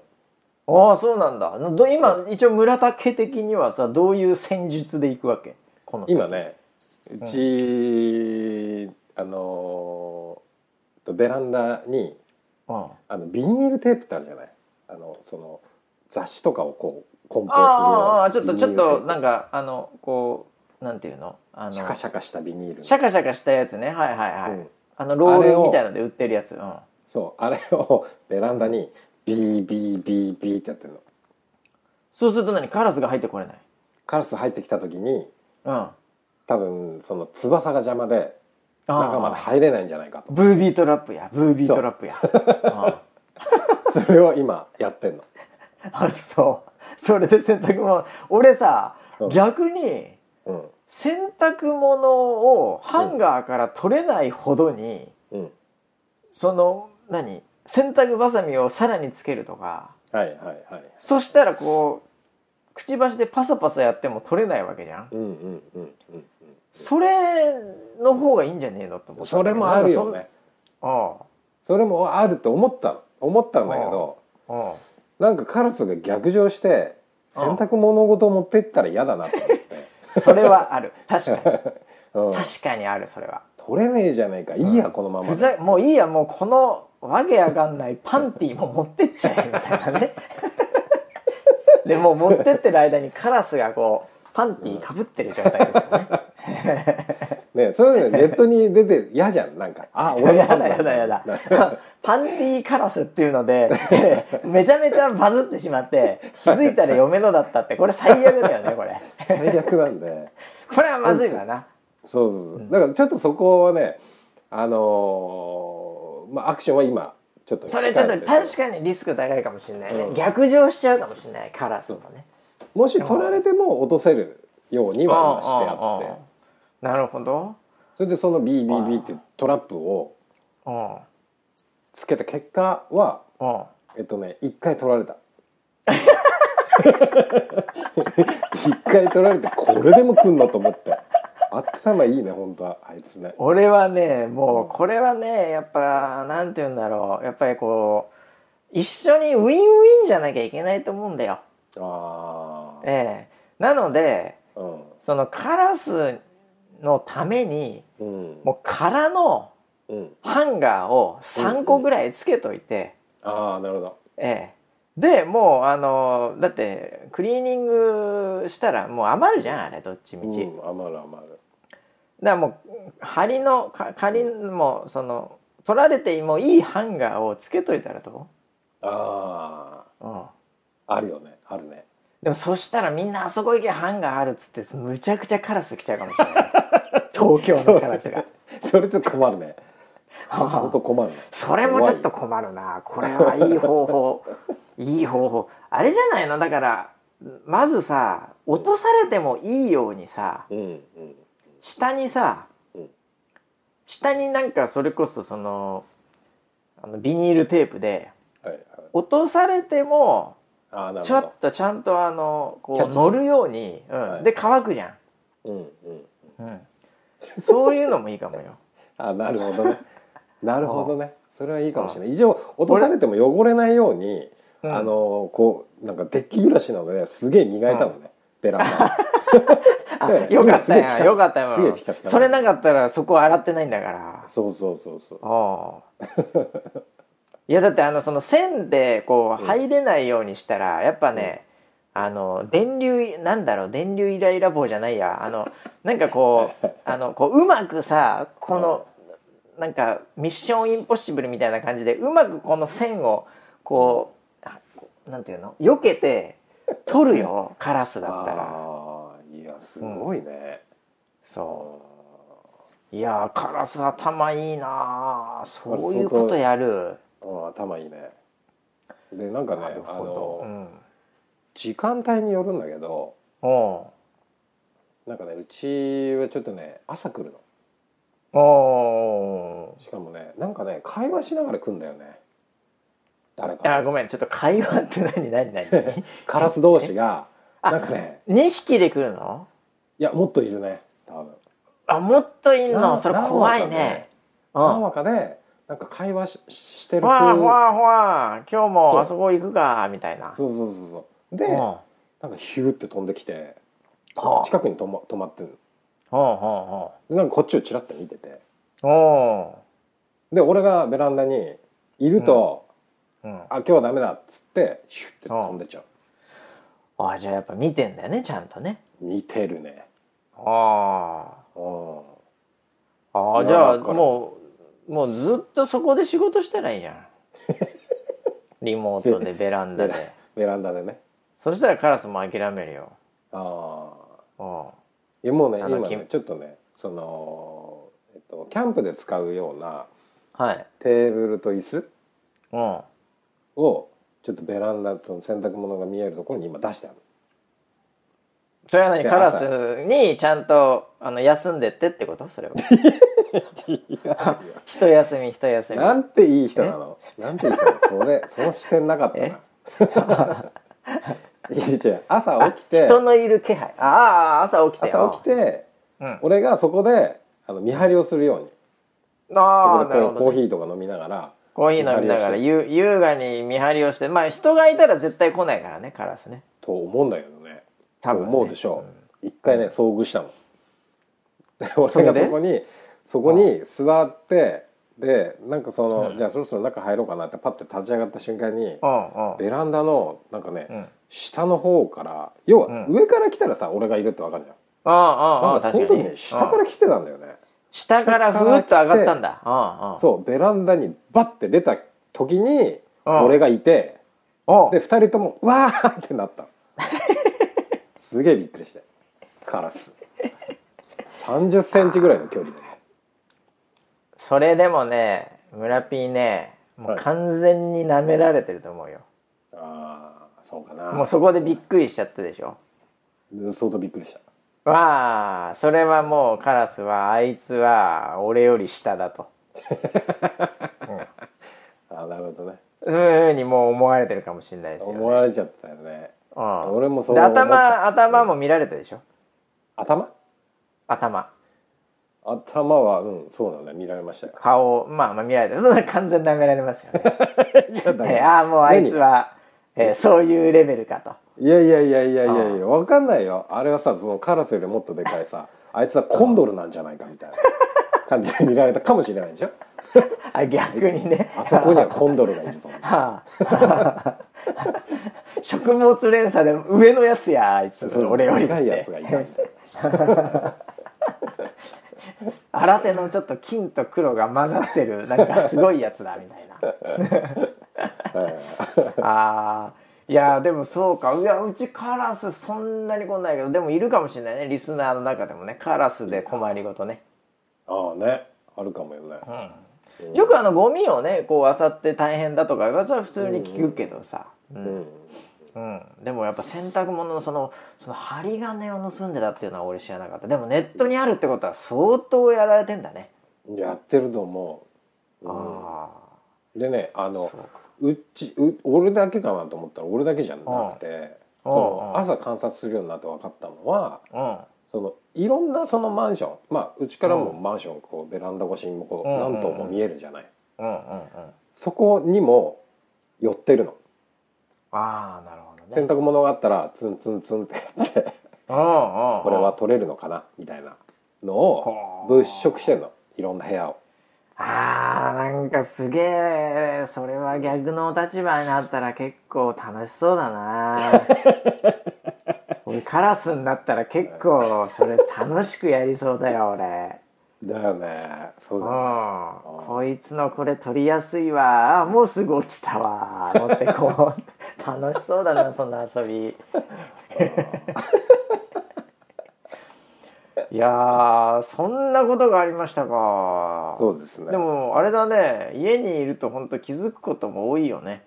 ああそうなんだど今一応村田家的にはさどういう戦術でいくわけこの先今ねうち、あのーとベランダにうんあのビニールテープってあるじゃないあのその雑誌とかをこう梱あああああ包あちすょっるとようなちょっとなんかかあのこうなんていうのあのシャカシャカしたビニールのシャカシャカしたやつねはいはいはい、うんあのロあれールをみたいので売ってるやつうんそうあれをベランダにビービービービーってやってるのそうすると何カラスが入ってこれないカラス入ってきた時にうんあ多分その翼が邪魔で中まであ入れないんじゃないかとブービートラップやブービートラップやあそれを今やってんのあそうそれで洗濯物俺さうん逆にうん洗濯物をハンガーから取れないほどに、うんその何洗濯バサミをさらにつけるとかはいはいはいそしたらこうくちばしでパサパサやっても取れないわけじゃんうんうんうんうんそれの方がいいんじゃねえのと思うんったそれもあるよねあそれもあると思ったの思ったんだけどああなんかカラスが逆上してうん洗濯物ごと持ってったら嫌だなと思って、あそれはある確かに うん、確かにあるそれは取れねえじゃないかいいやこのままふでざもういいやもうこのわけあかんないパンティーも持ってっちゃえみたいなね でもう持ってってる間にカラスがこうパンティーかぶってる状態ですよねねそういうのネットに出て嫌じゃんな んかあ 俺のや判だ断やだやだ パンティーカラスっていうので めちゃめちゃバズってしまって気づいた ら嫁のだったってこれ最悪だよねこれ最悪なんでこれはまずいわなそうそうそうだからちょっとそこはねあのーまあアクションは今ちょっと控そえれてちょっと確かにリスク高いかもしれないね、うん逆上しちゃうかもしれないカラスとねもし取られても落とせるようには今してあっててなるほどそれでその BBB っていうトラップをうんつけた結果はうんえっとね一回取られた一回取られてこれでも来んのと思って頭いいね本当はあいつね俺はねもうこれはねやっぱなんて言うんだろうやっぱりこう一緒にウィンウィンじゃなきゃいけないと思うんだよ。ああええなのでうんそのカラスのためにうんもう空のうんハンガーを3個ぐらいつけといて、ああなるほどええでもうあのだってクリーニングしたらもう余るじゃんあれどっちみうち。ん余る余るだからもう仮のか仮もその取られてもいいハンガーをつけといたらどあう、うん、ああるよねあるねでもそしたらみんなあそこ行けハンガーあるっつってむちゃくちゃカラス来ちゃうかもしれない東京のカラスが それちょっと困るね相当困るねそれもちょっと困るなこれはいい方法いい方法あれじゃないのだからまずさ落とされてもいいようにさうんうん下にさ、うん下になんかそれこそそのあのビニールテープではいはい落とされてもああなるちょほっとちゃんとあのキこャッうチ乗るように、うんはいで乾くじゃどうんうんん、うん、そういうのもいいかも よあなるほ どねなるほどねそれはいいかもしれない一応落とされても汚れないように、うんあのこうなんかデッキブラシなのですげえ磨いたのね、ベランダ あだよねよかったすやげんえよかったやすげえピカピんカそれなかったらそこ洗ってないんだからそうそうそうそうおう いやだってあのその線でこう入れないようにしたらやっぱね、あの電流なんだろう電流イライラ棒じゃないやあのなんかこ うあのこううまくさこの、なんかミッションインポッシブルみたいな感じでうまくこの線をこうあこうなんていうの避けて取る よカラスだったらああいやすごいね、そういやーカラス頭いいなーそういうことやるうん、頭いいねでなんかねなるあほの、どうん時間帯によるんだけどおなんかねうちはちょっとね朝来るうのおしかもねなんかね会話しながら来るんだよね誰うあかごめんちょっと会話って何何 何カラス同士があなんかね2匹で来るのいやもっといるね多分あもっといんなのそれ怖いねうん何わ話かでなんか会話ししてるあわあ風わあ今日もそうあそこ行くかみたいなそうそうそうそうでうんなほんかヒューって飛んできてあはあ近くに止ま止まってるほのでなんかこっちをチラッと見ててうほで俺がベランダにいるとううん「あ今日はダメだ」っつってシュッて飛んでっちゃうあじゃあやっぱ見てんだよねちゃんとね似てるねあうんあああじゃあだからもうもうずっとそこで仕事したらいいじ ゃんリモートでベランダでベランダでねそしたらカラスも諦めるよああうんいやもうねあ今のねきちょっとねその、えっと、キャンプで使うようなはい。テーブルと椅子うん。をちょっとベランダと洗濯物が見えるところに今出してあるそれは何でカラスにちゃんとあの休んでってってこと それは。一休み一休み。なんていい人なのなんていい人なのそれその視点な かったないや違う朝起きて人のいる気配。ああ、朝起きて。朝起きてうん俺がそこであの見張りをするようにああ、そこなるほでこうコど、ーヒね。ーとか飲みながらコーヒー飲みながら見ゆ優雅に見張りをして、まあ人がいたら絶対来ないからね、カラスね。と思うんだけどね多分ね思うでしょう一回ね遭遇したのでそ俺れがでそこにそこに座ってでなんかそのじゃあそろそろ中入ろうかなってパッて立ち上がった瞬間にうんうん。ベランダのなんかうんね下の方から要はうん上から来たらさ俺がいるってわかるじゃんうんうんなうんん。か確そかのに。時ね下かうんら来てたんだよね下からふーっと上がったんだ。うんうん。そうベランダにバッて出た時にうん俺がいておうで2人とも「わー!」ってなったのすげえびっくりしてカラス30センチぐらいの距離でそれでもね村ピーねもうはい完全に舐められてると思うよ、ああそうかなもうそこでびっくりしちゃったでしょ相当びっくりしたわあそれはもうカラスはあいつは俺より下だとあーなるほどねそういうふうにもう思われてるかもしれないですよ、ね思われちゃったよねうん、俺もそうで思った頭頭も見られたでしょ頭頭頭はうんそうだね見られましたよ顔まあまあ見られた うん完全に舐められますよね、いやだかえらああもうあいつは、えーそういうレベルかといやいやいやいやいやいやわかんないよあれはさそのカラスよりもっとでかいさあいつはコンドルなんじゃないかみたいな感じで見られたかもしれないでしょあ逆にねあそこにはコンドルがいるぞは あ食物連鎖で上のやつやあいつ俺よりでかいやつってがいたみたい新手のちょっと金と黒が混ざって るなんかすごいやつだみたいなな、はいあーいやでもそうかうやうちカラスそんなに来ないけどでもいるかもしれないねリスナーの中でもねカラスで困りごとね、ああねあるかもよね、よくあのゴミをねこう漁って大変だとかそれは普通に聞くけどさ、うんうんうんでもやっぱ洗濯物のそのその針金を盗んでたっていうのは俺知らなかったでもネットにあるってことは相当やられてんだね、やってると思あうでねああのそうかうちう俺だけかなと思ったら俺だけじゃなくてそのうん朝観察するようになって分かったのはうんそのいろんなそのマンションまあうちからもマンションこうベランダ越しにもこううんうんうん何棟も見えるじゃないうんうんうんそこにも寄ってるのああなるほど洗ね濯物があったらツンツンツンってやってうんうんうんこれは取れるのかなみたいなのをほう物色してんのいろんな部屋を。あーなんかすげえそれは逆の立場になったら結構楽しそうだ な俺カラスになったら結構それ楽しくやりそうだよ俺だよねそううだんねこいつのこれ取りやすいわあもうすぐ落ちたわ持ってこう楽しそうだ なそんな遊びいやーそんなことがありましたかそうですねでもあれだね家にいると本当気づくことも多いよね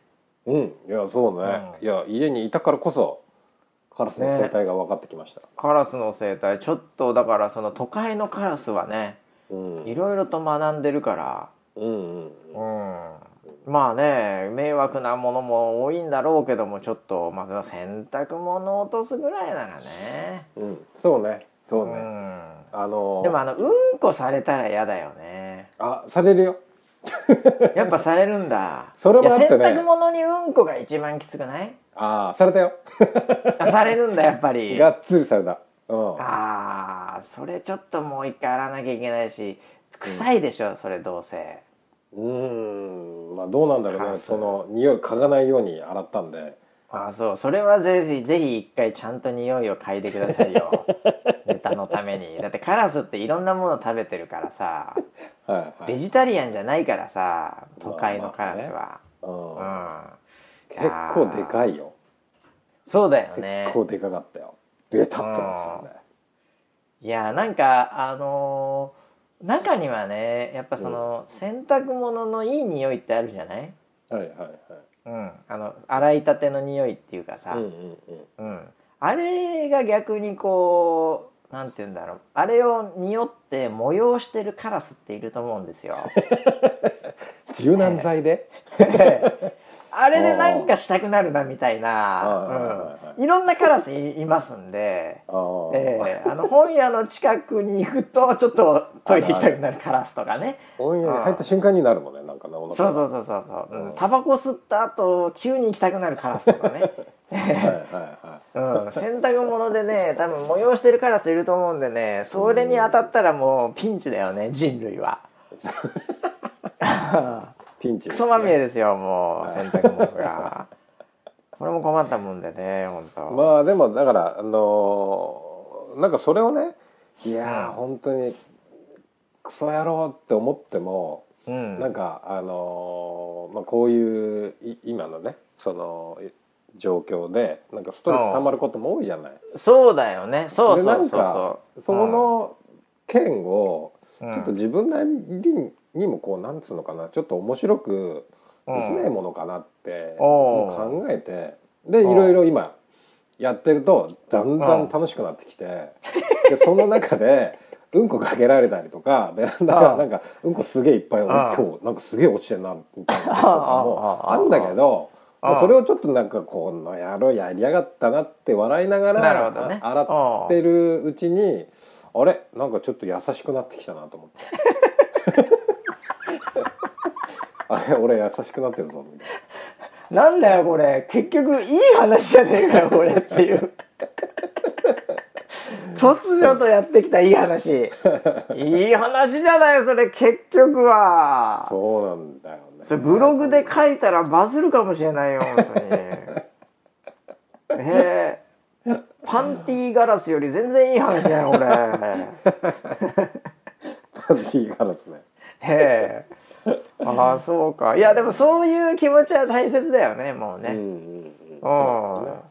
うんいやそうね、いや家にいたからこそカラスの生態が分かってきました、カラスの生態ちょっとだからその都会のカラスはねうんうんいろいろと学んでるからうんうんまあね迷惑なものも多いんだろうけどもちょっとまずは洗濯物を落とすぐらいならねうんそうねそうね、うんあのーでもあのうんこされたら嫌だよねあされるよやっぱされるんだ それもあってねいや洗濯物にうんこが一番きつくないああされたよあされるんだやっぱり がっつりされたうんああそれちょっともう一回洗わなきゃいけないし臭いでしょ、それどうせうーんまあどうなんだろうあねそうその匂い嗅がないように洗ったんでああそうそれはぜひぜひ一回ちゃんと匂いを嗅いでください よネタのためにだってカラスっていろんなもの食べてるからさはいはい、ベジタリアンじゃないからさ都会のカラスは、うんうん結構でいやーかいよそうだよね結構でかかったよベタってなってたねいやーなんかあのー中にはねやっぱその、洗濯物のいい匂いってあるじゃないはいはいはいうん、あの洗いたての匂いっていうかさ、ううんんうんうんあれが逆にこうなんて言うんだろうあれを匂って模様してるカラスっていると思うん ですよ。柔軟剤で、あれでなんかしたくなるなみたいなあー、うん、いろんなカラスいいますんで。ああ、ええあの本屋の近くに行くとちょっとトイレ行きたくなるカラスとかね本屋に入った瞬間になるもんねなんかねお腹そうそううそうそうそううんうんタバコ吸った後急に行きたくなるカラスとかねはいはいはうん、洗濯物でね多分模様してるカラスいると思うんでねそれに当たったらもうピンチだよね人類はいピンチクですねソまみれですよもう洗濯物がこれも困ったもんでね本当、まあでもだからあのーなんかそれをねいやー、本当にクソ野郎って思っても、うんなんかあのーまあ、こういうい今のねそのい状況でなんかストレス溜まることも多いじゃない。そうだよねそうでそなうんそうそかうそこの件をちちょっと自分なりにもこうなんつうのかなちょっと面白くできないものかなっておう考えてでいおうろいろ今やってるとだんだん楽しくなってきてでその中でうんこかけられたりとかベランダあがあなんかうんこすげえいっぱいああ今日なんかすげえ落ちてんなみたいなこととかもあああああんだけあど。あまあそれをちょっとなんかこの野郎やりやがったなって笑いながらなるほどねあ洗ってるうちにあれなんかちょっと優しくなってきたなと思って あれ俺優しくなってるぞみたいななんだよこれ結局いい話じゃねえかよこれって いう突如とやってきたいい話いい話じゃないよそれ結局はそそうなんだよねれブログで書いたらバズるかもしれないよ本当にへえパンティーガラスより全然いい話じゃんこれパンティーガラスねへえああそうかいやでもそういう気持ちは大切だよねもうね、うんうんうんそうですね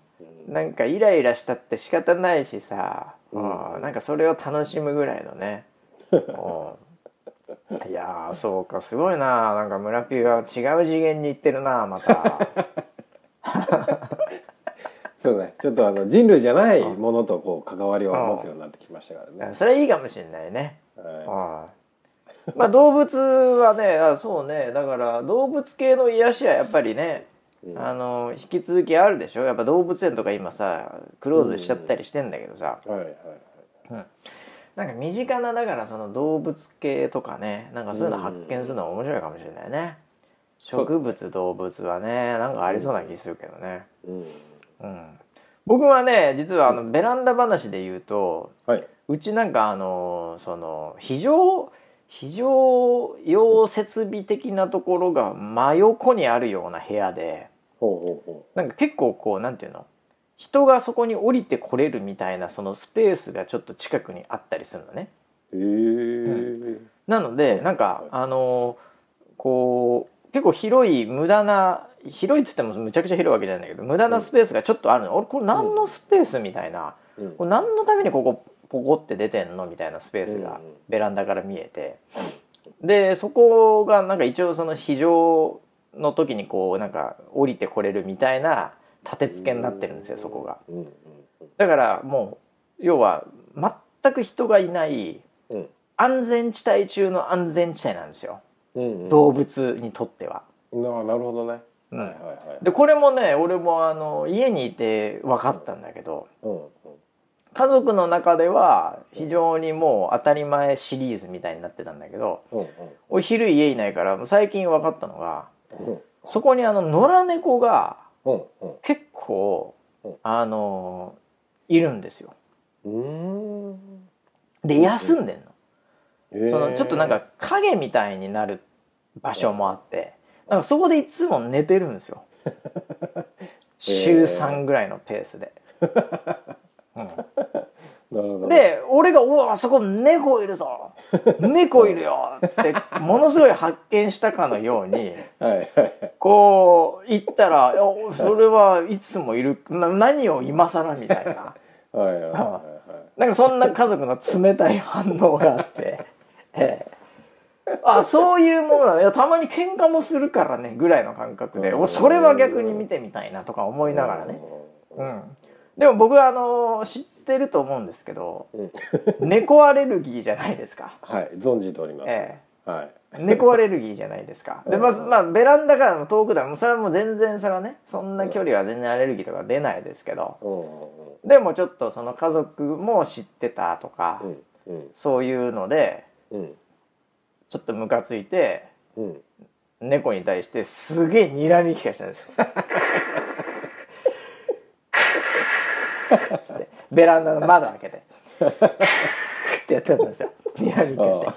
うん、なんかイライラしたって仕方ないしさ、うんうん、なんかそれを楽しむぐらいのね、うん、いやーそうかすごいななんか村ピーは違う次元に行ってるなまたそうねちょっとあの人類じゃないものとこう関わりを持つようになってきましたからねそれいいかもしれないね、うん、はまあ動物はねあそうねだから動物系の癒しはやっぱりねうんあの引き続きあるでしょやっぱ動物園とか今さクローズしちゃったりしてんだけどさ、いはいはいなんか身近なだからその動物系とかねなんかそういうの発見するのは面白いかもしれないね、そう植物動物はねなんかありそうな気するけどね、うんうん、僕はね実はあのベランダ話で言うとはい、うちなんかあのその非常非常用設備的なところが真横にあるような部屋でほうほうほなんか結構こうなんていうの人がそこに降りてこれるみたいなそのスペースがちょっと近くにあったりするのね。うへえなのでなんかあのこう結構広い無駄な広いっつってもむちゃくちゃ広いわけじゃないんだけど無駄なスペースがちょっとあるの、俺これ何のスペースみたいな、うんこれ何のためにここポコって出てんのみたいなスペースうんうがんベランダから見えて、でそこがなんか一応その非常の時にこうなんか降りてこれるみたいな立て付けになってるんですよそこが。うんうんだからもう要は全く人がいないうん安全地帯中の安全地帯なんですようんうん動物にとっては。ななるほどね、うんはいはいはいでこれもね俺もあの家にいて分かったんだけどうんうん家族の中では非常にもう当たり前シリーズみたいになってたんだけどうんうんお昼家いないから最近分かったのがうんそこにあの野良猫がうんうん結構うんあのいるんですよ。うーんで休んでんの。えーそのちょっとなんか影みたいになる場所もあってなんかそこでいつも寝てるんですよ週3ぐらいのペースで、うなるほどん、で俺が「うわあそこ猫いるぞ猫いるよ」ってものすごい発見したかのようにはいはいはいこう行ったらいや「それはいつもいるな何を今更」みたいな。はいはいはなんかそんな家族の冷たい反応があって、ええ、あそういうものなのいやたまに喧嘩もするからねぐらいの感覚でうんおそれは逆に見てみたいなとか思いいながらね、うん、でも僕はあの知ってると思うんですけどうん猫アレルギーじゃない ですか、はい存じております、えはいえ、猫アレルギーじゃないです かでまず、まあ、ベランダからの遠くだもうそれはもう全然それはねそんな距離は全然アレルギーとか出ないですけどうんうんでもちょっとその家族も知ってたとか、うんうんそういうのでうんちょっとムカついてうん猫に対してすげえ睨み利かしたんですよ。つってベランダの窓開けてってやってたんですよ睨み利かしてあ、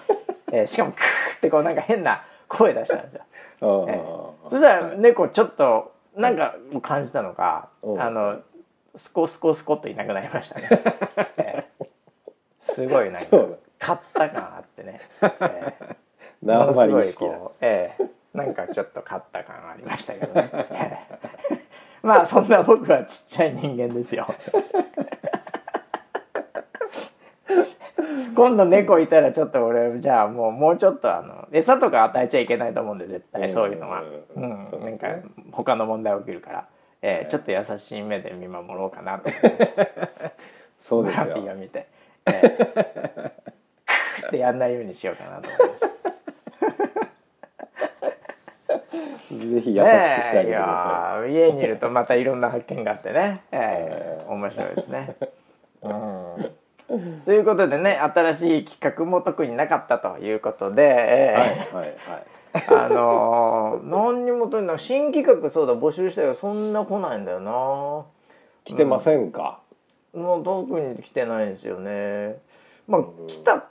えーしかもクーってこうなんか変な声出したんですよ。あー、えーそしたら猫ちょっとなんかを感じたのか、うんあのスコスコスコっといなくなりましたね、えーすごいなんかそう勝った感あってね、えーだものす生ごい意識だこう、ええ、なんかちょっと勝った感ありましたけどねえ えまあそんな僕はちっちゃい人間ですよ 今度猫いたらちょっと俺じゃあもうもうちょっとあの餌とか与えちゃいけないと思うんで絶うん対そういうのは、ううんんそうでなんすねか他の問題起きるから、えーちょっと優しい目で見守ろうかなとそうブでラすピーがよ見て、え ー、クーってやんないようにしようかなと思いました。ぜひ優しくしてあげてくださねえいやー家にいるとまたいろんな発見があってね、えー面白いです ね。うん、ということでね新しい企画も特になかったということで、いはいえはいはいーあのー何にもとになく新企画そうだ募集したけどそんな来ないんだよな。来てませんか、もう特に来てないんですよね。まあ来た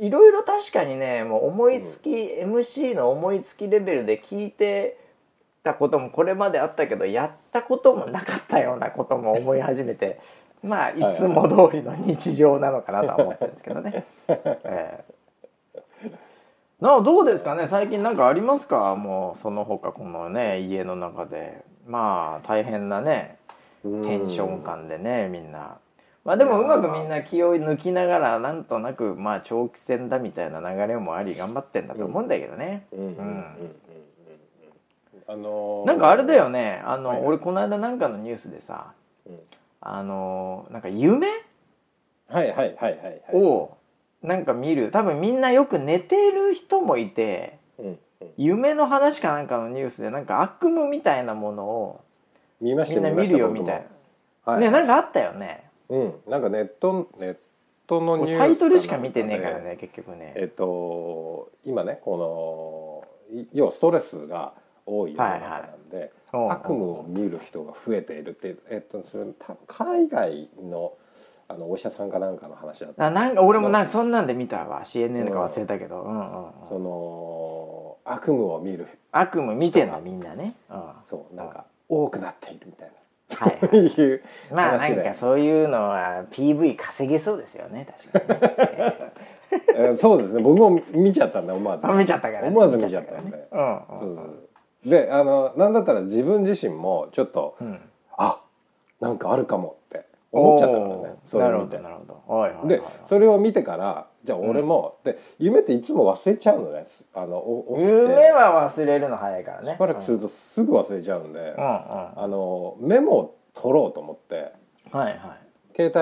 いろいろ確かにねもう思いつき、MC の思いつきレベルで聞いてたこともこれまであったけどやったこともなかったようなことも思い始めて まあいつも通りの日常なのかなとは思ってるんですけどね。ええなおどうですかね最近なんかありますかもうその他このね家の中でまあ大変なねうんテンション感でねみんなまあでもうまくみんな気を抜きながらなんとなくまあ長期戦だみたいな流れもあり頑張ってんだと思うんだけどね、うんうんうんうんうんあのーなんかあれだよねあの、はいはい俺この間なんかのニュースでさうんあのなんか夢はいはいはいはいはいをなんか見る多分みんなよく寝てる人もいてうんうん夢の話かなんかのニュースでなんか悪夢みたいなものを見ましみたんな見るよみたいな、な、はいねなんかあったよねうん、なんかネットネットのニュース俺かタなんイでトルしか見てねえからね結局ねえっと今ねこのい要はストレスが多い世の中なんはで、いはい悪夢を見る人が増えているって、えっと、それ多分海外のあのお医者さんかなんかの話だったあなんか俺もなんかそんなんで見たわ CNN か忘れたけど、うんうんうんその悪夢を見る悪夢見てんのみんなね、うん、はそうなんか多くなっているみたいいはいな、いうまあな話んでかそういうのは PV 稼げそうですよね確かにね、えーそうですね僕も見ちゃったんで思わずあ見ちゃったからね思わず見ちゃったんで、うんうそんうそうであのなんだったら自分自身もちょっと、んあなんかあるかもって思っちゃったからねおーそれなるをほ見てどなるほどはいはいはいではいそれを見てからじゃあ俺も、で夢っていつも忘れちゃうのねすあのお起きて夢は忘れるの早いからねしばらくするとすぐ忘れちゃうんで、うんうんはあのメモを取ろうと思っていはい携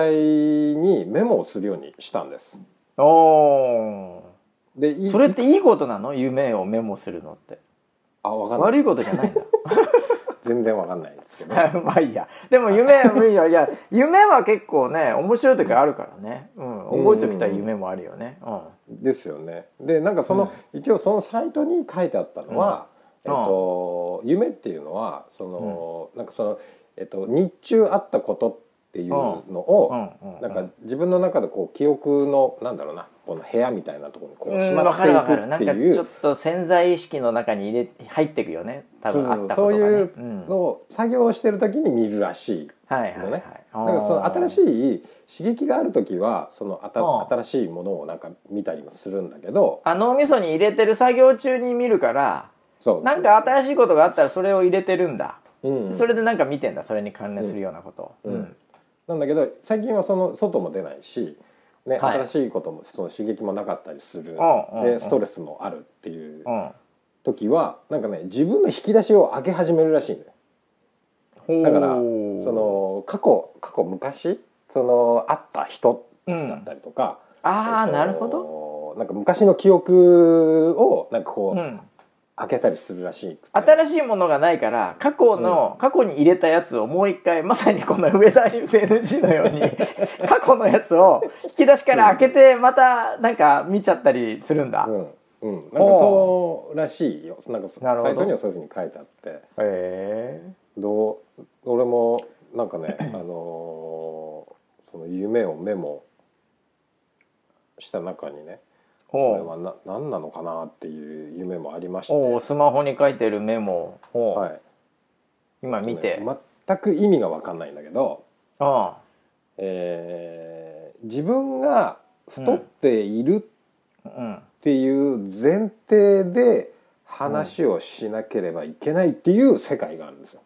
帯にメモをするようにしたんですおおでいーそれっていいことなの夢をメモするのってあわかんない悪いことじゃないんだ全然わかんないんですけど まあいいやでも夢いやいや夢は結構ね面白い時あるからね、うん、覚えておきたい夢もあるよね、うんですよねでなんかその、一応そのサイトに書いてあったのは、うんえっと、夢っていうのはその、なんかその、えっと、日中あったことっていうのを、うんうんなんか自分の中でこう記憶のなんだろうなこの部屋みたいなところにこう、うんしわまっかるわかるなてんいかくっていう,ちそょう、っと潜在意識の中に入れ入っていくよね多分あそっうたそこうとがねいううんのを作業してる時に見るらしいはいはいのはい、ね。だからその新しいい刺激がある時はそのあたうん新しいものをなんか見たりもするんだけど、あ脳みそに入れてる作業中に見るからそうなんか新しいことがあったらそれを入れてるんだ、うんそれでなんか見てんだそれに関連するようなことを、うんうんなんだけど最近はその外も出ないし、ねはい新しいこともその刺激もなかったりするうんうんうでんストレスもあるっていううん時はなんかね自分の引き出しを開け始めるらしいんだよほうだからその過去過去昔その会った人だったりとか、ああ、えっとなるほど、なんか昔の記憶をなんかこう、うん、開けたりするらしい新しいものがないから過去の、過去に入れたやつをもう一回まさにこのウェザーニュース NG のよう に過去のやつを引き出しから開けてまたなんか見ちゃったりするんだ、うへんうん、なんかそうらしいよなんかそなるほどサイトにはそういうふうに書いてあって。えどう俺もな んかねあのーその夢をメモした中にねこれおうはな何なのかなっていう夢もありまして、おうスマホに書いてるメモを、はい、今見て、全く意味が分かんないんだけど、あえー自分が太っているあうんっていう前提で話をしなければいけないっていう世界があるんですよ。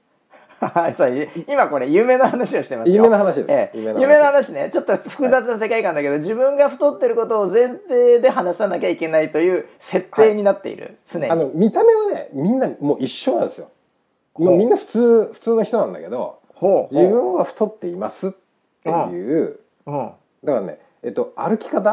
はい、 そう今これ夢の話をしてますよ夢の話ですええ夢の夢話の話ねちょっと複雑な世界観だけど、自分が太ってることを前提で話さなきゃいけないという設定になっている、常にあの見た目はねみんなもう一緒なんですよもうみんな普通普通の人なんだけどほう自分は太っていますっていうほだからね、えっと、歩き方、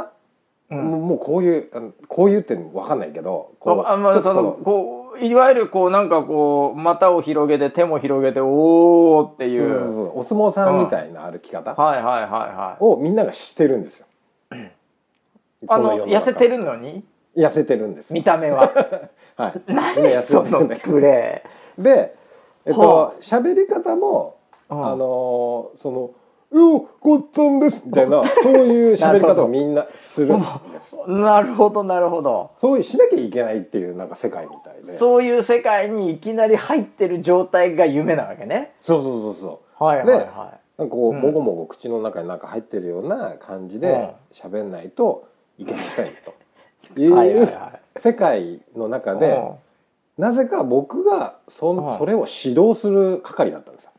うんもうもうこういうあのこういうって分かんないけどうこんうあまあちょっとそのこういわゆるこうなんかこう股を広げて手も広げておーっていそううそうそうそうお相撲さんみたいな歩き方はいはいはいはいをみんながしてるんですよ。あそ世の中痩せてるのに痩せてるんですよ。見た目は はい。みんな何痩せそてるのんだけプレどで、えっはと喋り方もあうんのーその「よごっつんです」みた いなそういう喋り方をみんなするんです。ーなるほどなるほどそういうしなきゃいけないっていうなんか世界みたいで。そうそういう世界にいきなり入ってる状態が夢なわけね。そうそうそう。はいはいはなんかこう、もごもご口の中になんか入ってるような感じで喋んないといけま せんと。いはいはいうは世界の中い。で、うんなぜか僕がそ,、うんそれを指導する係だったんですよ。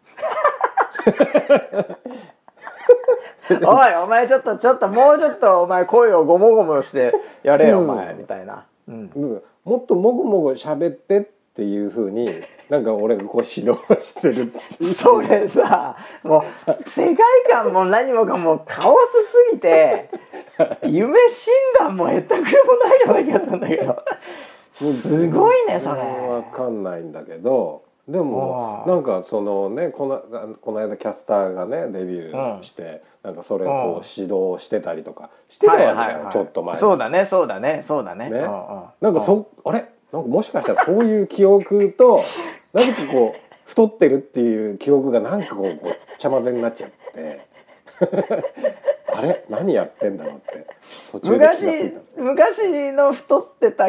おいお前ちょっとちょっともうちょっとお前声をゴモゴモしてやれようおん前みたいな。うんうんもっともごもご喋ってっていうふうになんか俺がこう指導してるっていうそれさもう世界観も何もかもカオスすぎて夢診断もへったくれもないような気がするんだけどすごいねそれ。わかんないんだけどでもうんなんかそのねこのあのこの間キャスターがねデビューして、なんかそれをこう指導してたりとかしてたわけじゃん、ちょっと前にそうだねそうだねそうだね。ね、うんうんなんかそ、あれなんかもしかしたらそういう記憶 となぜかこう太ってるっていう記憶がなんかこうごっちゃ混ぜになっちゃって あれ何やってんだろうって途中で気がつ昔いた昔の太ってた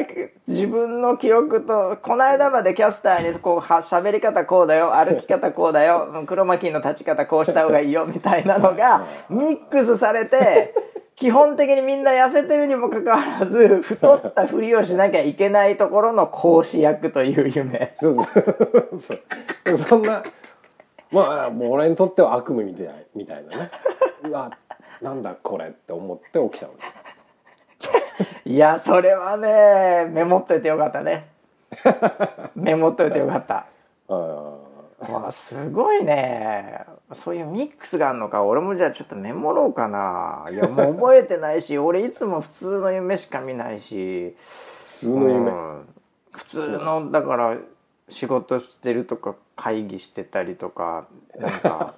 自分の記憶とこの間までキャスターにこうは喋り方こうだよ歩き方こうだようん黒巻の立ち方こうした方がいいよみたいなの がミックスされて基本的にみんな痩せてるにもかかわらず太ったふりをしなきゃいけないところの講師役という夢そうそうそうでもそんなまあもう俺にとっては悪夢みたいなみたいなね うわなんだこれって思って起きたんですいやそれはねメモっといてよかった ねメモっといてよかったあーわあすごいねそういうミックスがあるのか俺もじゃあちょっとメモろうかないやもう覚えてないし 俺いつも普通の夢しか見ないし普通の夢、うん普通のだから仕事してるとか会議してたりとかなんか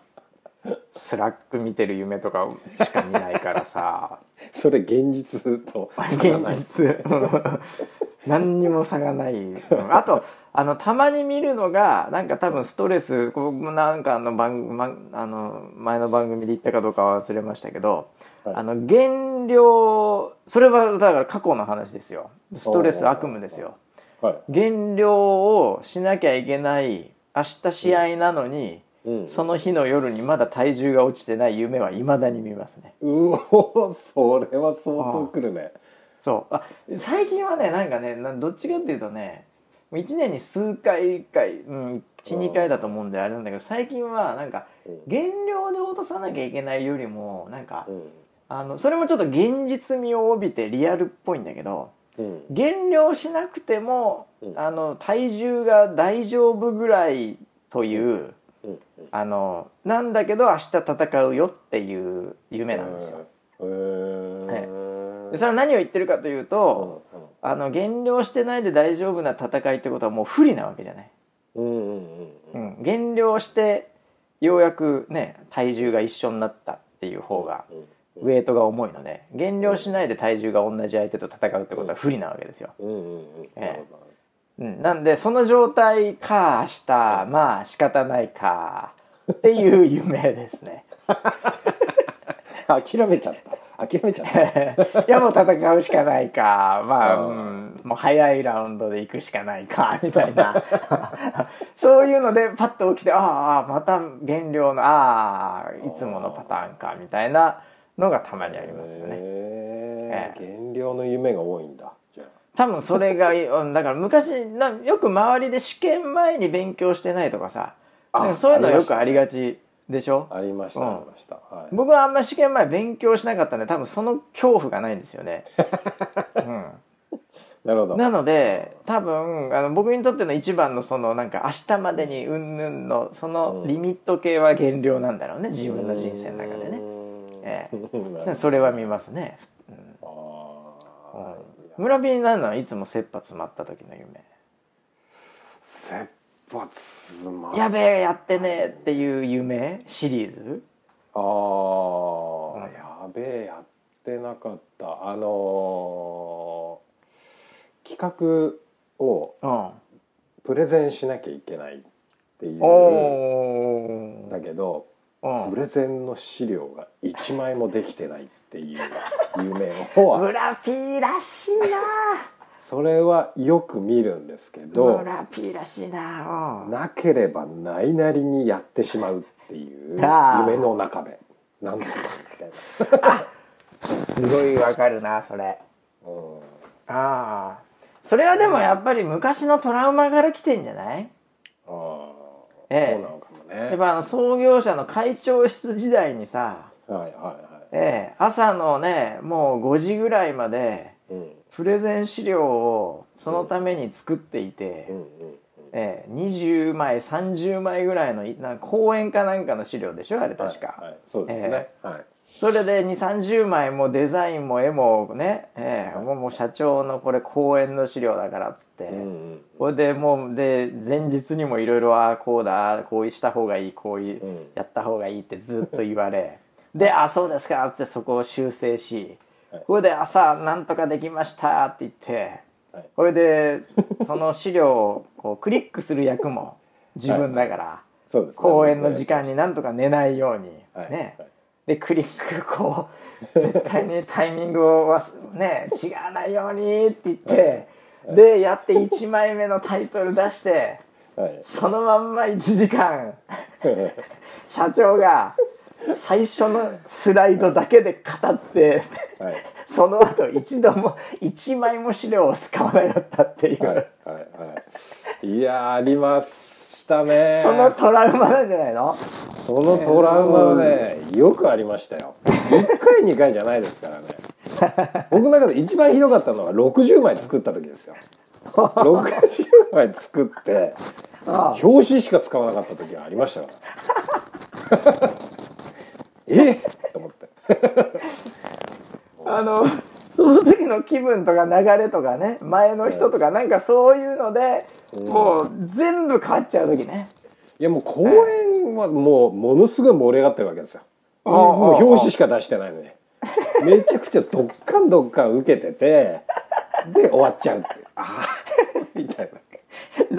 スラック見てる夢とかしか見ないからさそれ現実と現実 うん何にも差がない、うんあとあのたまに見るのがなんか多分ストレスこうなんかあの番組、まあの前の番組で言ったかどうかは忘れましたけど、はいあの減量それはだから過去の話ですよストレおスー悪夢ですよは減量をしなきゃいけない明日試合なのに、い、うん、その日の夜にまだ体重が落ちてない夢はいまだに見ますねうおそれは相当くるねそうあ最近はねなんかねなどっちかっていうとね1年に数回1回、うん、12回だと思うんであれなんだけど最近はなんかうん減量で落とさなきゃいけないよりもなんかうんあのそれもちょっと現実味を帯びてリアルっぽいんだけどうん減量しなくてもうんあの体重が大丈夫ぐらいといううんうんあのなんだけど明日戦うよっていう夢なんですよ。へーでそれは何を言ってるかといううと、んあの減量してないで大丈夫な戦いってことはもう不利なわけじゃない、うんうんうんうん、減量してようやくね体重が一緒になったっていう方がウェイトが重いので減量しないで体重が同じ相手と戦うってことは不利なわけですよ、うんうんうんなるほどうん、なんでその状態か明日まあ仕方ないかっていう夢ですね諦めちゃった諦めちゃった いやもう戦うしかないかまあ、ううん、もう早いラウンドで行くしかないか みたいなそういうのでパッと起きてああああまた減量のああいつものパターンかみたいなのがたまにありますよね。へえー減量の夢が多いんだじゃあ多分それがうんだから昔なよく周りで試験前に勉強してないとかさなんかそういうのよくありががちでしょありましたうんありました、はい僕はあんま試験前勉強しなかったんで多分その恐怖がないんですよね、うんなるほどなので多分あの僕にとっての一番のそのなんか明日までにうんぬんのそのリミット系は減量なんだろうね自分の人生の中でね、えええそれは見ますね、うんああ、村人になるのはいつも切羽詰まった時の夢切羽詰まっやべえやってねえっていう夢シリーズあー、うんやべえやってなかったあのー企画をうんプレゼンしなきゃいけないっていうおだけどおプレゼンの資料が1枚もできてないっ ていう夢を村ピーらしいなそれはよく見るんですけど村ピーらしいなうんなければないなりにやってしまうっていうあー夢の中でなんとかみたいな。すごいわかるなそれうんああそれはでもやっぱり昔のトラウマから来てんじゃないああ、ええそうなのかもね。やっぱあの創業者の会長室時代にさ、はいはいはええ朝のねもう5時ぐらいまでい。うんプレゼン資料をそのために作っていて、うんうん。ええ20枚30枚ぐらいのいなんか講演かなんかの資料でしょあれ確か、はいはい、そうですね。はい。それで2 3 0枚もデザインも絵もね、ええもうもう社長のこれ講演の資料だからっつって、うんこれでもうで前日にもいろいろああこうだこうした方がいいこういうんやった方がいいってずっと言われ で「あそうですか」ってそこを修正しはいこれで朝なんとかできましたって言ってはいこれでその資料をこうクリックする役も自分だからそうですね。公演の時間になんとか寝ないようにはいねはいでクリックこう 絶対にタイミングを忘ね違わないようにって言ってでやって1枚目のタイトル出してはい。そのまんま1時間社長が最初のスライドだけで語ってはい。 その後一度も1枚も資料を使わなかったっていう、はい。はい。はい。いやー、ありましたね。そのトラウマなんじゃないのそのトラウマはね、よくありましたよ。1回、2回じゃないですからね。僕の中で一番ひどかったのは60枚作った時ですよ。60枚作って、あ表紙しか使わなかった時がありましたから。えと思って。あの、その時の気分とか流れとかね、前の人とかなんかそういうので、もう全部変わっちゃう時ね。いやもう公演はもうものすごい盛り上がってるわけですよ。ああもう表紙しか出してないのに。めちゃくちゃどっかんどっかん受けてて、で終わっちゃうっていう。ああ、みたいな。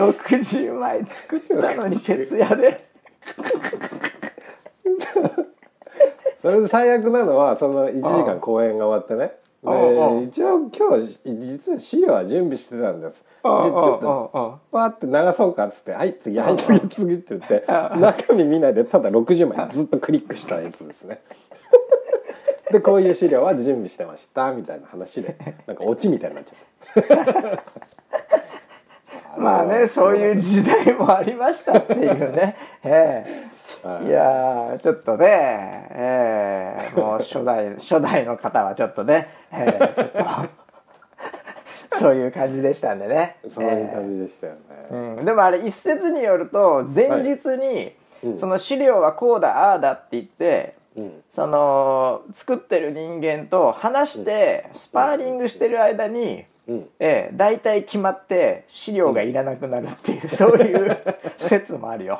60枚作ったのに徹夜で。それで最悪なのはその1時間公演が終わってねああで一応今日実は資料は準備してたんですでちああょっあああとバーって流そうかっつって「はい次はい次次」って言って中身見ないでただ60枚ずっとクリックしたやつですね でこういう資料は準備してましたみたいな話でなんかオチみたいになっちゃったまあね、そういう時代もありましたっていうね。ええいやー、ちょっとね、ええもう初 代、初代の方はちょっとね、ええちょっと そういう感じでしたんでね。そういう感じでしたよね、うん、でもあれ一説によると前日に、その資料はこうだああだって言って、その作ってる人間と話してスパーリングしてる間に、うんええ、大体決まって資料がいらなくなるって いう、そういう説もあるよ。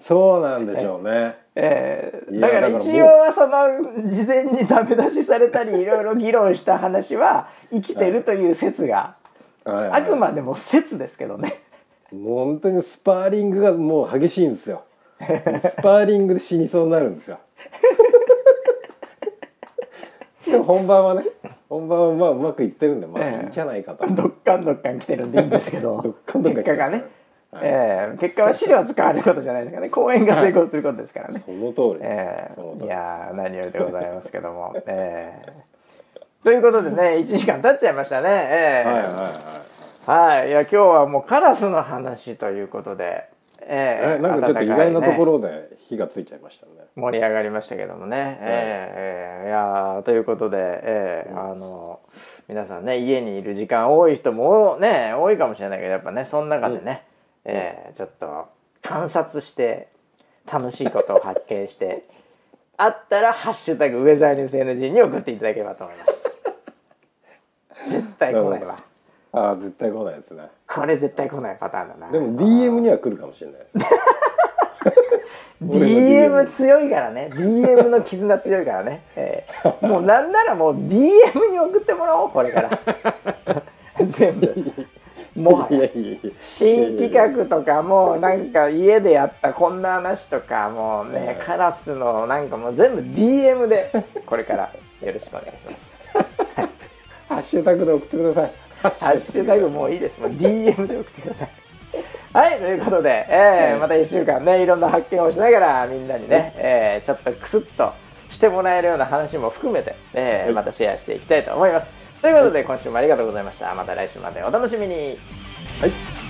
そうなんでしょうねええいやだからだからもう一応はその事前にダメ出しされた りいろいろ議論した話は生きてるという説が、はいはいあくまでも説ですけどね。もう本当にスパーリングがもう激しいんですよスパーリングで死にそうになるんで すよでも本番はね本番はまあうまくいってるんでまあええいいんじゃな いかと、どっかんどっかん来てるんでいいんですけ どどっかんどっかん来結て果るがね、はいええ結果は資料は使われることじゃないですかね公演が成功することですからね、その通りです、ええその通りいですやー何よりでございますけど もええということでね1時間経っちゃいましたねええはいはいはいはい、いや今日はもうカラスの話ということで、えええなんかちょっと意外なところで火がついちゃいましたね。盛り上がりましたけどもね、ええええいやーということで、ええあの皆さんね家にいる時間多い人もね多いかもしれないけどやっぱねその中でね、ええちょっと観察して楽しいことを発見してあったら「ハッシュタグウェザーニュース NG」に送っていただければと思います絶対来ないわああ絶対来ないですね。これ絶対来ないパターンだなでも DM には来るかもしれないです。俺の DM 強いからね DM の絆強いからね、ええもうなんならもう DM に送ってもらおうこれから 全部もはいややい やいや。新企画とかもうなんか家でやったこんな話とかもうねええカラスのなんかもう全部 DM でこれからよろしくお願いします ハッシュタグで送ってください。ハハッシュタグもういいです。もう DM で送ってください。はい、ということで、えーまた1週間ね、いろんな発見をしながら、みんなにね、えーちょっとクスッとしてもらえるような話も含めて、えーはいまたシェアしていきたいと思います。ということで、今週もありがとうございました。また来週までお楽しみに。はい。